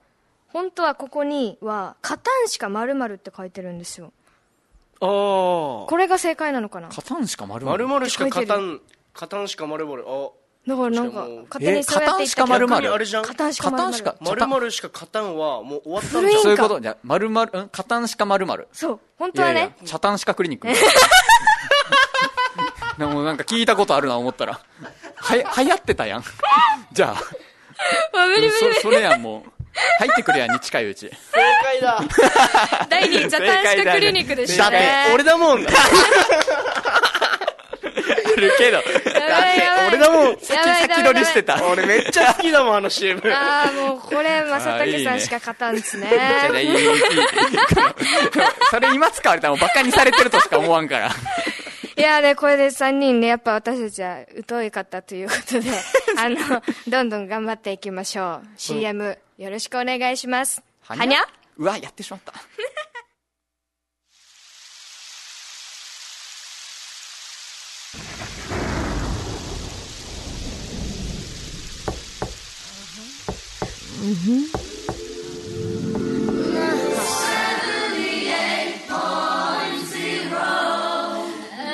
本当はここには、勝たんしか〇〇って書いてるんですよ。
ああ。
これが正解なのかな
カタンしか丸
まるまるしか勝た
書
ん、勝たんしかまるまる。あ、
だからなんか
しかも、
勝手にそうやって言っ
えカタンしたか
け
〇
ど
〇
逆にあれじゃん。
カタンしか
カタンしか
まるまるしか勝たんはもう終わったん
古
じ
い
ゃん
そういうことじゃあ、丸々、うんカタンしか丸々。
そう、本
い
当は
やいや
ね。、
チャタンしかクリ ニック。でもなんか聞いたことあるな思ったら。はや、流行ってたやん。 じゃあ、
あ無理無理無
そそれやんもう。入ってくるやんに近いうち。
正解だ。
理。第2位、ザタンシカクリニックでし
だ
た
って
ね。、
俺 だもん。だ
あるけど。
やばいやばい
俺だもん。
先、先取りしてた。
俺めっちゃ好きだもん、あの CM。
ああ、もうこれ、まさたけさんしか勝たんですね。
じゃあいいいいいいそれ今使われたらもうバカにされてるとしか思わん から。
いやね、これで3人ね、やっぱ私たちは疎い方ということ で、あの、どんどん頑張っていきましょう。CM、よろしくお願いします。はにゃ
うわ、やってしまった。
Ooh.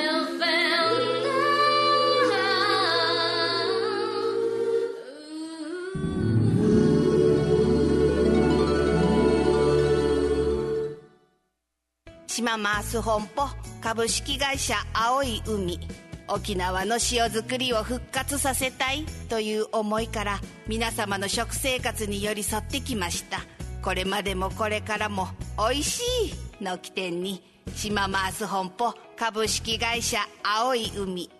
ナマース本舗株式会社青い海沖縄の塩作りを復活させたいという思いから皆様の食生活に寄り添ってきましたこれまでもこれからも「おいしい」の起点に島マース本舗株式会社青い海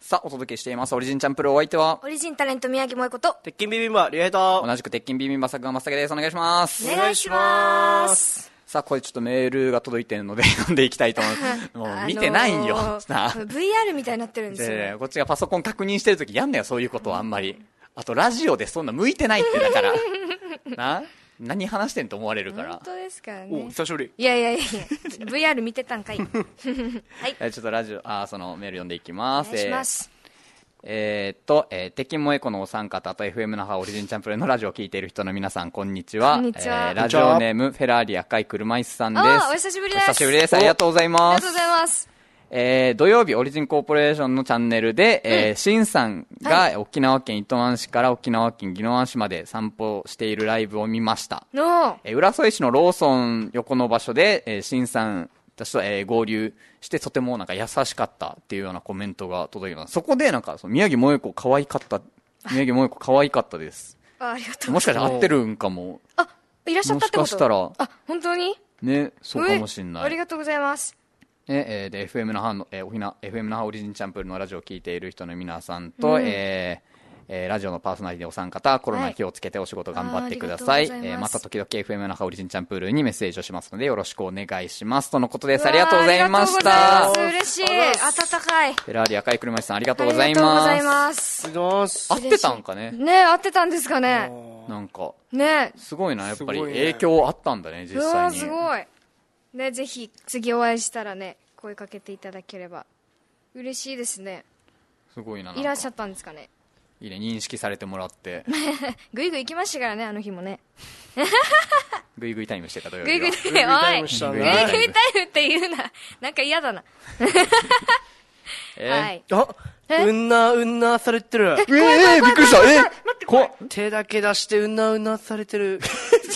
さあ、お届けしています。オリジンチャンプルお相手は、
オリジンタレント宮城萌子と
鉄筋ビビンバリエイター
同じく鉄筋ビビンバ作画まさげです。お願いします。
お願いします
さあ、これちょっとメールが届いてるので読んでいきたいと 思います。もう見てないよ。
あ のー
なあ
VR みたいになってるんですよ
で
ね
こっちがパソコン確認してるときやんなよ、そういうことはあんまり。あと、ラジオでそんな向いてないって、だ から。な何話してんと思われるか
本
ら。
当ですから
お
ね
久しぶり
いやいやいやいや VR 見て たんかい
えちょっとラジオ、あー、そのメール読んでいきま
お
す。
願いします
えーっと、えー、鉄筋萌え子のお三方と FM 那覇オリジンチャンプルーのラジオを聞いている人の皆さん、こんにちは。
こんにちは
えーラジオネーム、フェラーリ赤い車椅子さんです。
あーお久しぶりです
お久しぶりです。ありがとうござい
あり
ま
が
す
とう。ございます
えー土曜日、オリジンコーポレーションのチャンネルで、えーシンさん
は
が沖縄県糸満市から沖縄県宜野湾市まで散歩しているライブを見ました。
の
えー浦添市のローソン横の場所で、えー、新さんたちと、えー合流して、とてもなんか優しかったっていうようなコメントが届いてます。そこでなんか、その宮城萌子可愛かった、宮城萌子可愛かったです。
あありがとう
もしかしたら合ってるんかも。
あいらっしゃったってこと
もしかしたら
あ本当に
ね、そうかもしんな
うえあ
い
り。がとうございます
ねえーで FM 那覇の、えーおひな FM 那覇オリジンチャンプルのラジオを聞いている人の皆さんと、えーえーラジオのパーソナリティお三方コロナに気をつけてお仕事頑張ってください,、
あーありがとうございます
えーまた時々 FM 那覇オリジンチャンプルにメッセージをしますのでよろしくお願いしますとのことですありがとうございまし
わあありがと
た
うございます嬉しい温かい
フェラーリ赤い車椅子さんありが
あ
とう
り
ござ
が
い
とうご
ます
ざいます
お願いします
合ってたんかね
ね合ってたんですかね
なんか
ね
すごいなやっぱり
すごいね
影響あったんだね
う
実際
わ
に
すごいねぜひ次お会いしたらね声かけていただければ嬉しいですね
すごいななんか
いらっしゃったんですかね
いいね認識されてもらって
ぐいぐい行きましたからねあの日もね
グイグイタイムしてた土曜
ぐ
日
いぐい
は
タイムおい
グイグイタイムした
グイ
グイ
タイ
グ
ム
イタイムって言うななんか嫌だな
えー
はい
あ
え
うんなうんなされてる
ええびっくりしたえ怖っ
手だけ出してうんなうんなされてる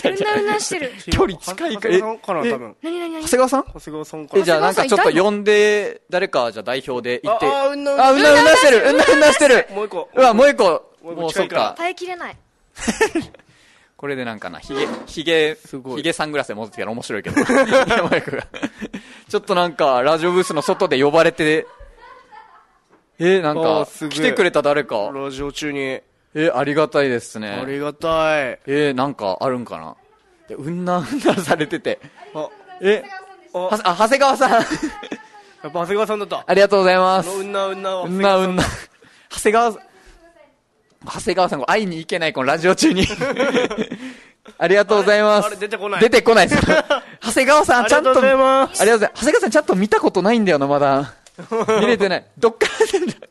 うなうなしてる
距離近いか
長谷川さんかな
え
多分
何何何
長谷川さん
長谷川さんか
え、
な
じゃあなんかちょっと
いたの
呼んで、誰か、じゃあ代表で行って。
ああうんなうんな
あ、うんなうんなしてるうんなうんなしてる
もう一個
うわ、もう一個
もう一個
もう
近
そっ
いから
か。
耐えきれない
これでなんかな、ひげ、ひげ、
ごい
ひげサングラスで戻ってきたら面白いけど。ひげマイクがちょっとなんか、ラジオブースの外で呼ばれて、えなん
あー
か
すげ、え
来てくれた誰か。
ラジオ中に
えありがたいです
あ
ね。
りがたい
えなんかあるんかな。でうんなうんなされてて。
あ
え
あ
はあ、長谷川さん
やっぱ長谷川さんだった
ありがとうございま
あ
す
の。うんなうんなは
うんなうんな。長谷川さん、長谷川さん、会いに行けない、このラジオ中に。 ありがとうございます。
あれあれ出てこない
出てこない です。長谷川さん、ちゃんと。
ありがとうございます
ありがとうございます。長谷川さん、ちゃんと見たことないんだよな、ま だ。見れてない。どっから出た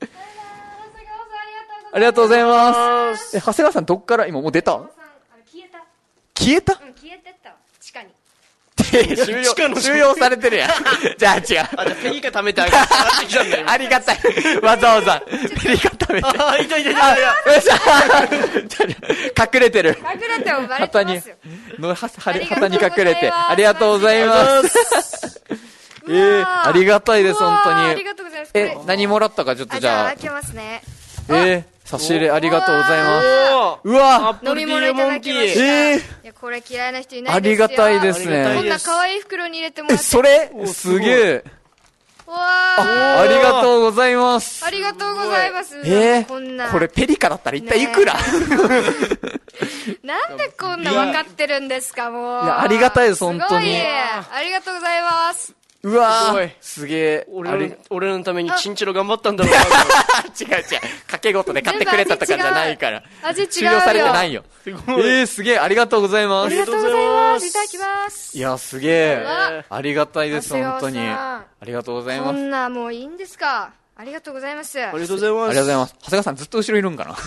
ありがとうございます。え、長谷川さん、どっから、今もう出た
消えた
消えた
うん消えてった地下に
収
地下の
容、収容されてる やん。じゃあ違う。
じゃあペリカ貯めてあ げてあってきたんだよ
ありがたい。わざわざ。ペリカ食べて。
あいたいたいたいた
あ、よっしゃ 隠れてる。
隠れてもバレ
旗
て
に
ますよ、
の、は、は
あ
り、
りが
旗
とう
に
ございます
隠れて、ありがとうございます。えー、ありがたいです、
うわ
本
ー
当
あ
に
り。がとうございますこれ
え、何もらったか、ちょっと
あ
じ
じゃ
ゃ
あ
あ
開、けますね
えー、差し入れありがとうございます。
おー
う
ア
わ
ップ
飲み物
ルティー
い
レ
た
モ
だ
ンテ
き
ィ
まし
ー
た、
えー
いやこれ嫌いな人いない
あ
ですよ
りがたいです
ありがた
こ
い
ん
ね。
な可愛い袋に入れてもら
え、
って
それ
お
す
すごい
げえ。
うわあ
ありがとうございます
あ。りがとうございます
え
こんな
ー、これペリカだったら一体いくらい
なんでこんな分かってるんですかもう
や、ありがたいです、本当
すご
に
い。ありがとうございます
うわ
すご
ー
い
すげえ。
俺
あ
ら
り
の俺らのためにチンチロ頑張ったんだろ うな
違う違う。掛け事で買ってくれたとかじゃないから。
味違う
終了されてないよ。え
ごい
ー、すげえ、ありがとうございま
ありが
す。
とうございますいただきます
いや、すげえ
わ。
ありがたいです、
長
本
谷川
当
さん
に。ありがとうござい
こ
ます。
んなもういいんですかありがとうございます
ありがとうございます
ありがとうございます。長谷川さんずっと後ろいるんか な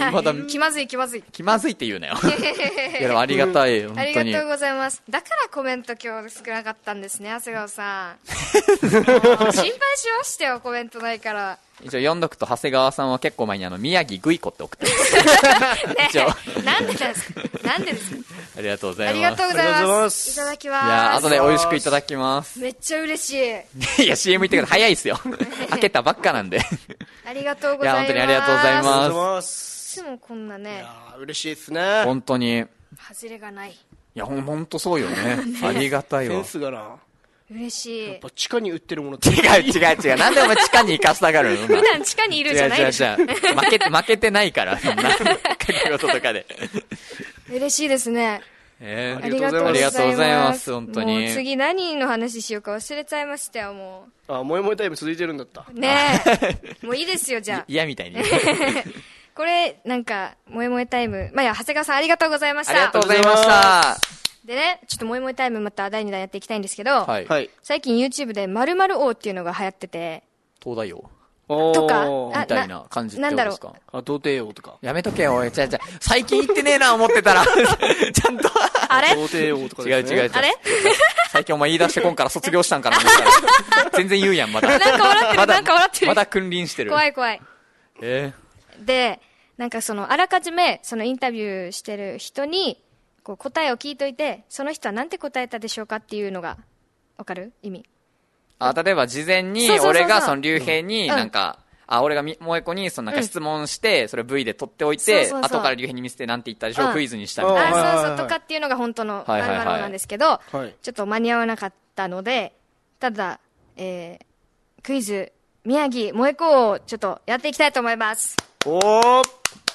俺まだ、
気まずい気まずい
気まずいって言う なよ。いや、でもありがたい、本
あり
当
が
に。
とうございますだからコメント今日少なかったんですね長谷川さんもう心配しましたよコメントないから
一応読んどくと長谷川さんは結構前にあの宮城グイコって送ってます
ね
一応
えなんでなんですかなんでですか
ありがとうござ
あ
い
り
ます
がとうござい
ありがとうござい
ま。
ますす
いただき
いや
ま
ー後
す。
で美味しくいただきます
めっちゃ嬉しい。
いや CM 行ってから早いっすよ開けたばっかなんで
ありがとうご
い
ざ
や本
います。
当にありがとうございます
ありがとうございます
いつもこんないね
や、ー嬉しいですね
本当にい
外れがない。
やほんほんとそうよねありがたい
セ
わ
ンスがなや
嬉しい。
っぱ地下に売ってるものって
違う違う違うなんでお前地下に行かせたがるの
普段地下にいるじゃない
違う違う違う
でしょ。
負けて負けてないからそんな掛け事とかで
嬉しいですね。
えー
あ
あ
り
り
が
が
と
と
う
う
ご
ご
ざ
ざ
い
い
ま
ます
す。
ありがとうございます本当に
もう次何の話しようか忘れちゃいましたよ、も
あもやもやタイム続いてるんだった
う。ねえ。もういいですよ、じゃあ。
嫌みたいに
これ、なんか、もえもえタイム。まあ、いや、長谷川さんありがとうございまし
ありが
た
とう。ございました
でね、ちょっともえもえタイムまた第2弾やっていきたいんですけど、
はい
はい
最近 YouTube で〇〇王っていうのが流行ってて、
東大王
おー
とかあ
みたいな感じって
な
こ
ん
と
だ
で
ろう
すか
あ童貞王 とか
やめとけよ、おい、ちゃちゃ、最近言ってねえな、思ってたら。ちゃんと。
あれ
童貞王とか
違う違
で
う
すね
違う。
あれ
最近お前言い出してこんから卒業したんかな、思ったら全然言うやん、ま だ。
なんか笑ってる
まだ
なんか笑ってる
まだ君臨してる。
怖い怖い。
え
で、なんかその、あらかじめ、そのインタビューしてる人に、こう答えを聞いといて、その人はなんて答えたでしょうかっていうのが、わかる意味。
ーあ、例えば事前に
そうそうそうそう
俺がその竜兵に
うん
なんか、あ、俺がみ萌子にそのなんか質問して、それ V で取っておい
そう
て、
そうそう
後から竜兵に見せてなんて言ったでしょう、
うん
クイズにしたみ
あ
たいな。
はいはい
あ
はい
そうそうとかっていうのが本当の
は
丸
いはいはい
々なんですけど、
はい
ちょっと間に合わなかったので、ただ、えー、クイズ、宮城萌子をちょっとやっていきたいと思います。
おー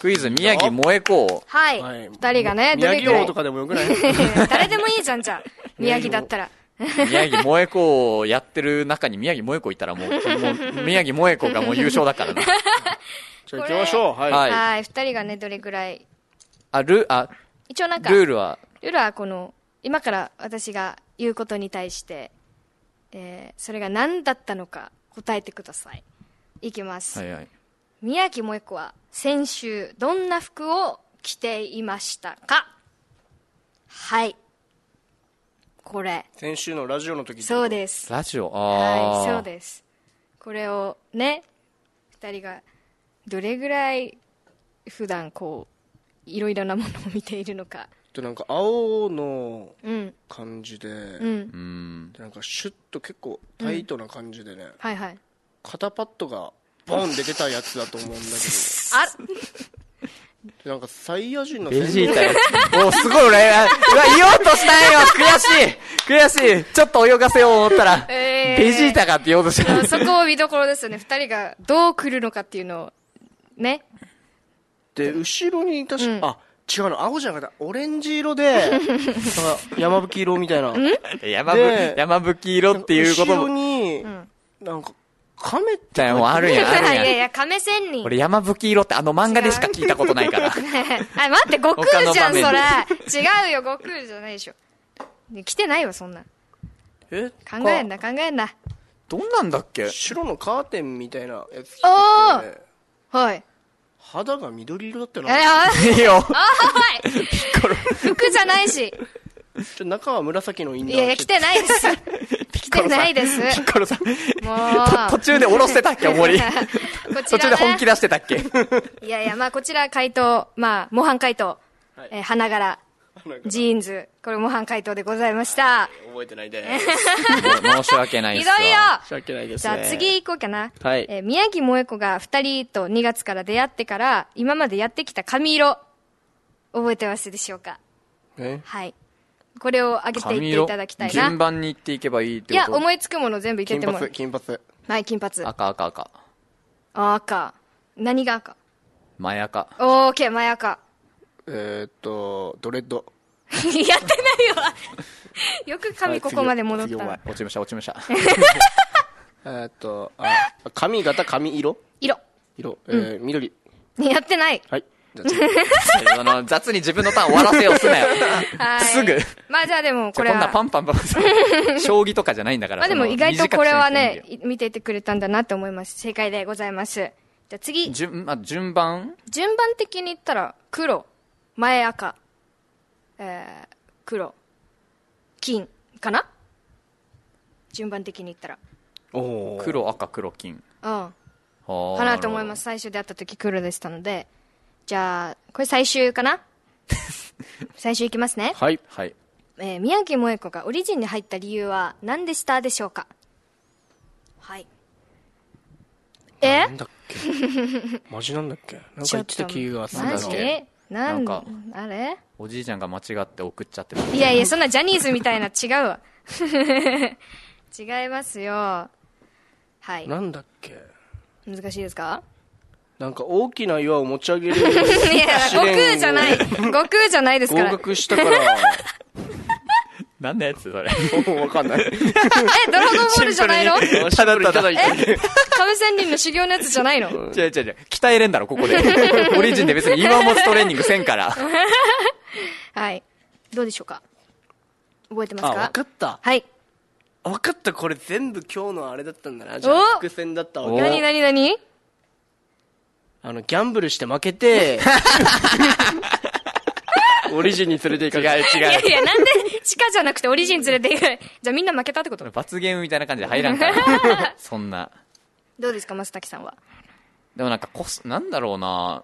クイズ、宮城萌子。
はい。二、
はい
人がね、ど
宮
れくら
城王
い
と。かでも よくない
誰でもいいじゃん、じ ゃあ。宮城だったら。
宮城萌子をやってる中に宮城萌子いたらもう、もう宮城萌子がもう優勝だ からな。
じゃあ行きましょうはい
は
はいい。二人がね、どれくらい。
あ、ル、あ、
一応なんか、
ルールは、
ルールはこの、今から私が言うことに対して、えー、それが何だったのか答えてください。いきます。
はいはい。
宮城萌子は先週どんな服を着ていましたかはいこれ
先週のラジオの時
そう
す
です
ラジオ、あ
はい
ー
そうですこれをね二人がどれぐらい普段こういろいろなものを見ているのか
でなんか青の
うん
感じで、
うん
うん。
でなんかシュッと結構タイトな感じでね、
はいはい
肩パッドがボンで出たやつだと思うんだけど
あ
でなんかサイヤ人の
ベ
戦
ジ
士
ータやつ。おすごい俺、うわ、言おうとしたんよ悔しい悔しいちょっと泳がせよう思ったら、
えー
ベジータかって言おうとした。
そこを見どころですよね二人がどう来るのかっていうのをね
で後ろに確か、
うん
あ違うの青じゃなかったオレンジ 色でなんか山吹色みたいな
山ぶ
で、
山吹色っていうこ
後
と
ろ
も。
に、なんか亀って
じゃあもうある
い
やん、ある
やい
やん。
や亀仙人
俺山吹色ってあの漫画でしか聞いたことないから。
あ、待って、悟空じゃん、そ
他の
れ
場。
違うよ、悟空じゃないでしょ。ね来てないわ、そんな。
え
考えんな、考えんな。
どんなんだっけ
白のカーテンみたいなやつ着てて
おーはい。
肌が緑色だったよ
あれ、
な
あ、
いいよ。
おい服じゃな いし。
ちょ中は紫のインナー
いやいや、
着
来
て
てないです。 来てないです。
ピッコロさん。
も
途
う。
中で下ろしてたっけ、おもり。
こち
途中で
ら
本気
ね。
出してたっけ。
いやいや、まあ、こちら回答、まあ、模範回答。
はい
えー花柄、
なんか
ジーンズ。これ模範回答でございました。
覚えてないで
も 申し訳ない
ひ
っ
ど
すわ
いよ
申し訳ないです
じゃあ
ね
次行こうかな。
はい
えー宮城萌子が二人と2月から出会ってから、今までやってきた髪色、覚えてますでしょうか
え
はい。これを上げていっていただきたいな。
順番に行っていけばいいっ
い
てこと
や、思いつくもの全部いけ
金
てもら
髪
う。
金髪
はい、金髪。あ
赤赤赤。
赤。何が赤
前赤。
オーケー、前赤。
えーっとドレッド
やってないわ。よく髪ここまで戻っ
次
た
お
な
前。
落ちました、落ちました。
えーっとあ髪型髪色
色。
色えー緑
やってない。
はい じゃあ次
その雑に自分のターン終わらせようすなよ。
はい。
すぐ。
まあじゃあでも、
こ
これ
んなパ
は。
ンパンパンパン。将棋とかじゃないんだから。
まあでも
その
意外とこれはね
短くしなくていいんだよ、
い見ていてくれたんだなって思います。正解でございます。じゃあ次。
順、あ、順番
順番的に言ったら黒前赤、えー、黒金かな順番的に言った
おー
黒、赤、黒、金。。
らうんかなと思いますす最初出会った時黒でしたのでじゃあこれ最終かな 最終いきますね、
はい。はい。
えー宮城萌子がオリジンに入った理由は何でしたでしょうかはいえ
なんだっけマジなんだっけなんか言ってた気がするんだ
マ
ろう
ジな
なん
ん
か
あれ
おじいちゃんが間違って送っちゃってた。
いやいや、そんなジャニーズみたいな違うわ。 違いますよ。はい。
なんだっけ
難しいですか
なんか大きな岩を持ち上げる
いや、悟空じゃない。悟空じゃないです
合
から。え、
格し たから
なんのやつそれ。
もうわか んない
ドラゴンボールじゃないの
シンプルにただただ。
亀仙人の修行のやつじゃないの
違う違う違う。鍛えれんだろ、ここ で。オリジンで別に今もトレーニングせんから。
はい。どうでしょうか覚えてます
あ
か
わかった
はい。
わかったこれ全部今日のあれだったんだなじ
お
ゃあ伏線だったわ
お
け
なになになに
あのギャンブルして負けてオリジンに連れて行
違
か
う
れ
いやい
違
や、なんで、地下じゃなくてオリジン連れて行く。じゃあみんな負けたってこと
う。罰ゲームみたいな感じで入らん から。そんな。
どうですか、松崎さんは。
でもなんかこす、なんだろうな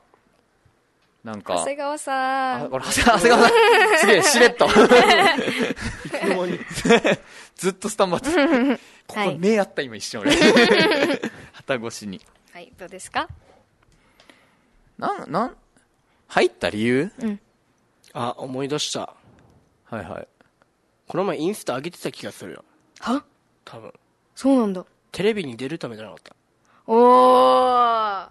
なんか
長。谷川さ
あ
ん。
俺、長谷川長谷川さん。すげ え、しれっと。 ずっとスタンバってた。ここ目あった今一瞬俺。旗越しに。
はい、どうですか
なん、なん、入った理由
あ思い出した
はいはい。
この前インスタ上げてた気がするよ
は
多分
そうなんだ。
テレビに出るためじゃなかった
おー。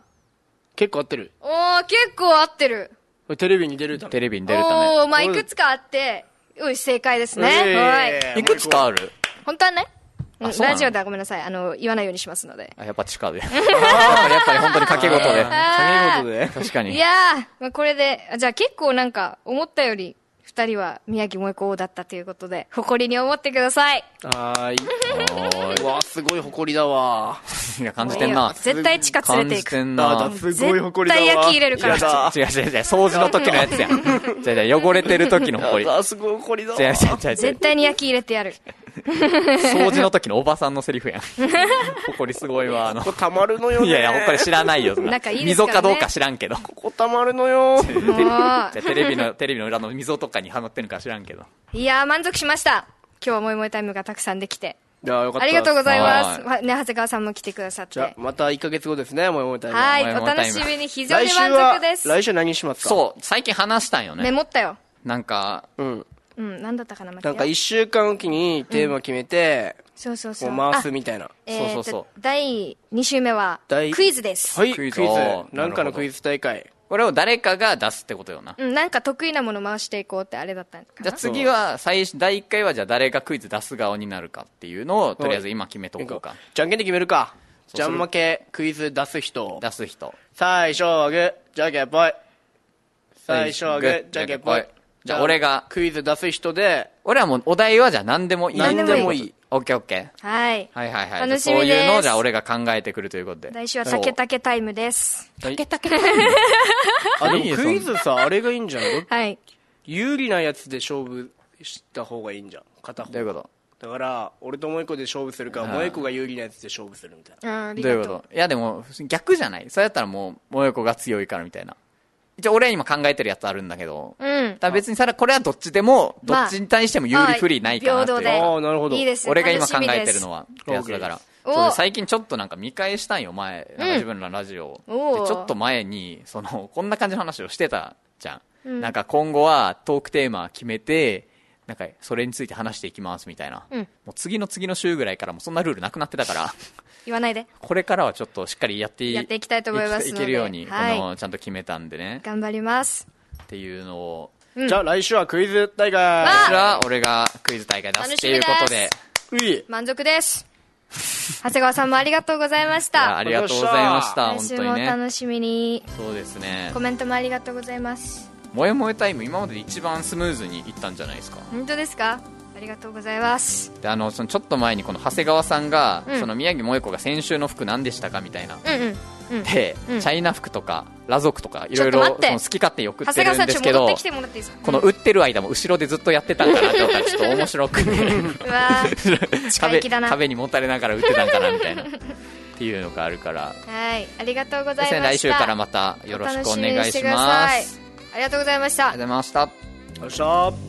結構合ってる
おー、結構合ってる。
これテレビに出るため
テレビに出るた
おー、まあ、いくつかあって、うん、正解ですね。
えー
はい。
め。いくつかある
本当はね、うん
あそうなの
ラジオではごめんなさい。あの、言わないようにしますので。
あ、やっぱ地下で。あーやっぱり本当に掛け事で。
あー
で
確か
い
に。
やー、まあ、これで、あじゃあ結構なんか、思ったより、二人は宮城萌子王だったということで、誇りに思ってください。
はーい
お
うわすごい誇りだわ
ーいや、感じてんな。
絶対地下連
感
れて
じ
いく。
てん
あ
な
だ。すごい誇りだわ
絶対焼き入れるから
やだ
違う違う違う、掃除の時のやつやん。じゃじゃ汚れてる時のほこり。違う
あすごい誇りだわ
違う違う違う。
絶対に焼き入れてやる。
掃除の時のおばさんのセリフやん。ほこりすごいわ、あの
こ。こたまるのよね
いやいや、ほこり知らないよ、そん
仲いいです
溝
からね
かどうか知らんけど。
ここたまるの
も
よ
う
じゃあテレビの、テレビの裏の溝とかにはまってるのか知らんけど。
いやー、満足しました。今日はもいもいタイムがたくさんできて。
いやよかった
ありがとうございます。
は
わね、長谷川さんも来てくださって。
じゃあまた1ヶ月後ですねもう思いたい
はい、
もや
お
もやタ
楽
イム
しみに非常に
来週
満
は
足です。
来週何しますか
そう、最近話したんよ
メ
ね。
モったよ。
なんか、
ううん
うん、なんだったかな、待
なん
っ
か
てよ。
1週間おきにテーマ決めて
そうそう
こ
そうう。
回す
あ
みたいな
えー
そう
と
そうそ
第2週目は、
第
クイズです。
はい
ク
ク
イ
イ
ズ
ズ
おー
な
な
んか
るほど
のクイズ大会
これを誰かが出すってことよな。
うん、なんか得意なもの回していこうってあれだったんか
じゃ
な
あ。次は、最初、第1回はじゃあ誰がクイズ出す側になるかっていうのを、とりあえず今決めとこうか。
じゃんけんで決めるか
う
じゃん負けクイズ出す人
出す人。
最初はグーじゃんけんぽい最初はグーじゃんけんぽい
じゃあ俺が、
クイズ出す人で
俺はもうお題はじゃあ何でもいい。
何でもい
い。
オッケーオッケ
はい。
ー。はいはいはい。
楽し
じゃあそう
みです
いうのをじゃあ俺が考えてくるということで。
来週は竹竹タイムです。
あで
いい
も
よ
クイズさあれがいいんじゃない
はい。
有利なやつで勝負した方がいいんじゃん片方
どういうこ
だから俺ともう一個で勝負するか
ん
もう一個が有利なやつで勝負するみたいな
うん、あ
と
り
どう
が
いうこと
う。
といやでも、逆じゃないそれやったらもう、もよこが強いからみたいな。一応俺は今考えてるやつあるんだけど。
うん。
ただ別にさら、これはどっちでも、ど
まあ
っちに対しても有利不利ないかなっていう
ま。平
あ
等
あなるほど
いいです
俺が今考
楽しみ
え
です
てるのはってやつだから
お
そうで最近ちょっとなんか見返したんよ前なんか自分らのラジオを、
お
で
う
ちょっと前にその こんな感じの話をしてたじゃん、
ん
なんか今後はトークテーマ決めてなんかそれについて話していきますみたいな、
うん
もう次の次の週ぐらいからもうそんなルールなくなってたから
言わないで。
これからはちょっとしっかりやって
やっていきたいと思いますので
いけるように、
はい
あのちゃんと決めたんでね
頑張ります。
っていうのを
じゃあ来週はクイズ
こ
大会
ちらは俺がクイズ大会出すっていうことで
楽しみです
うい
満足です。長谷川さんもありがとうございまし
いやあ
た。
りがとうございました
来
本
週
当に
も
ね
楽しみに。
そうですね
コメントもありがとうございます。
もえもえタイム今までで一番スムーズにいったんじゃないですか
本当ですかありがとうございます。
であのそのちょっと前にこの長谷川さんが、
うん
その宮城萌子が先週の服何でしたかみたいな、
うんうん。
で、
うん
チャイナ服とかラ族とかい
ち
ろ
ょ
い
っと
ろ
待っ
好
て
き勝手に送
長
って
谷
るん
川さん、
で
ちょ
す
っと
け
戻
ど
ってきてもらっていいですか
この売ってる間も後ろでずっとやってたんかなって思ったらちょっと面 白くて
うわー近 い
壁
気だな
壁にもたれながら売ってたんかなみたいなっていうのがあるから
はいありがと うございまし
先生
た
来週からまたよろしくお願いします
お楽みにてくださいありがとうございまし
あ
た
りがとうございました
よっしゃー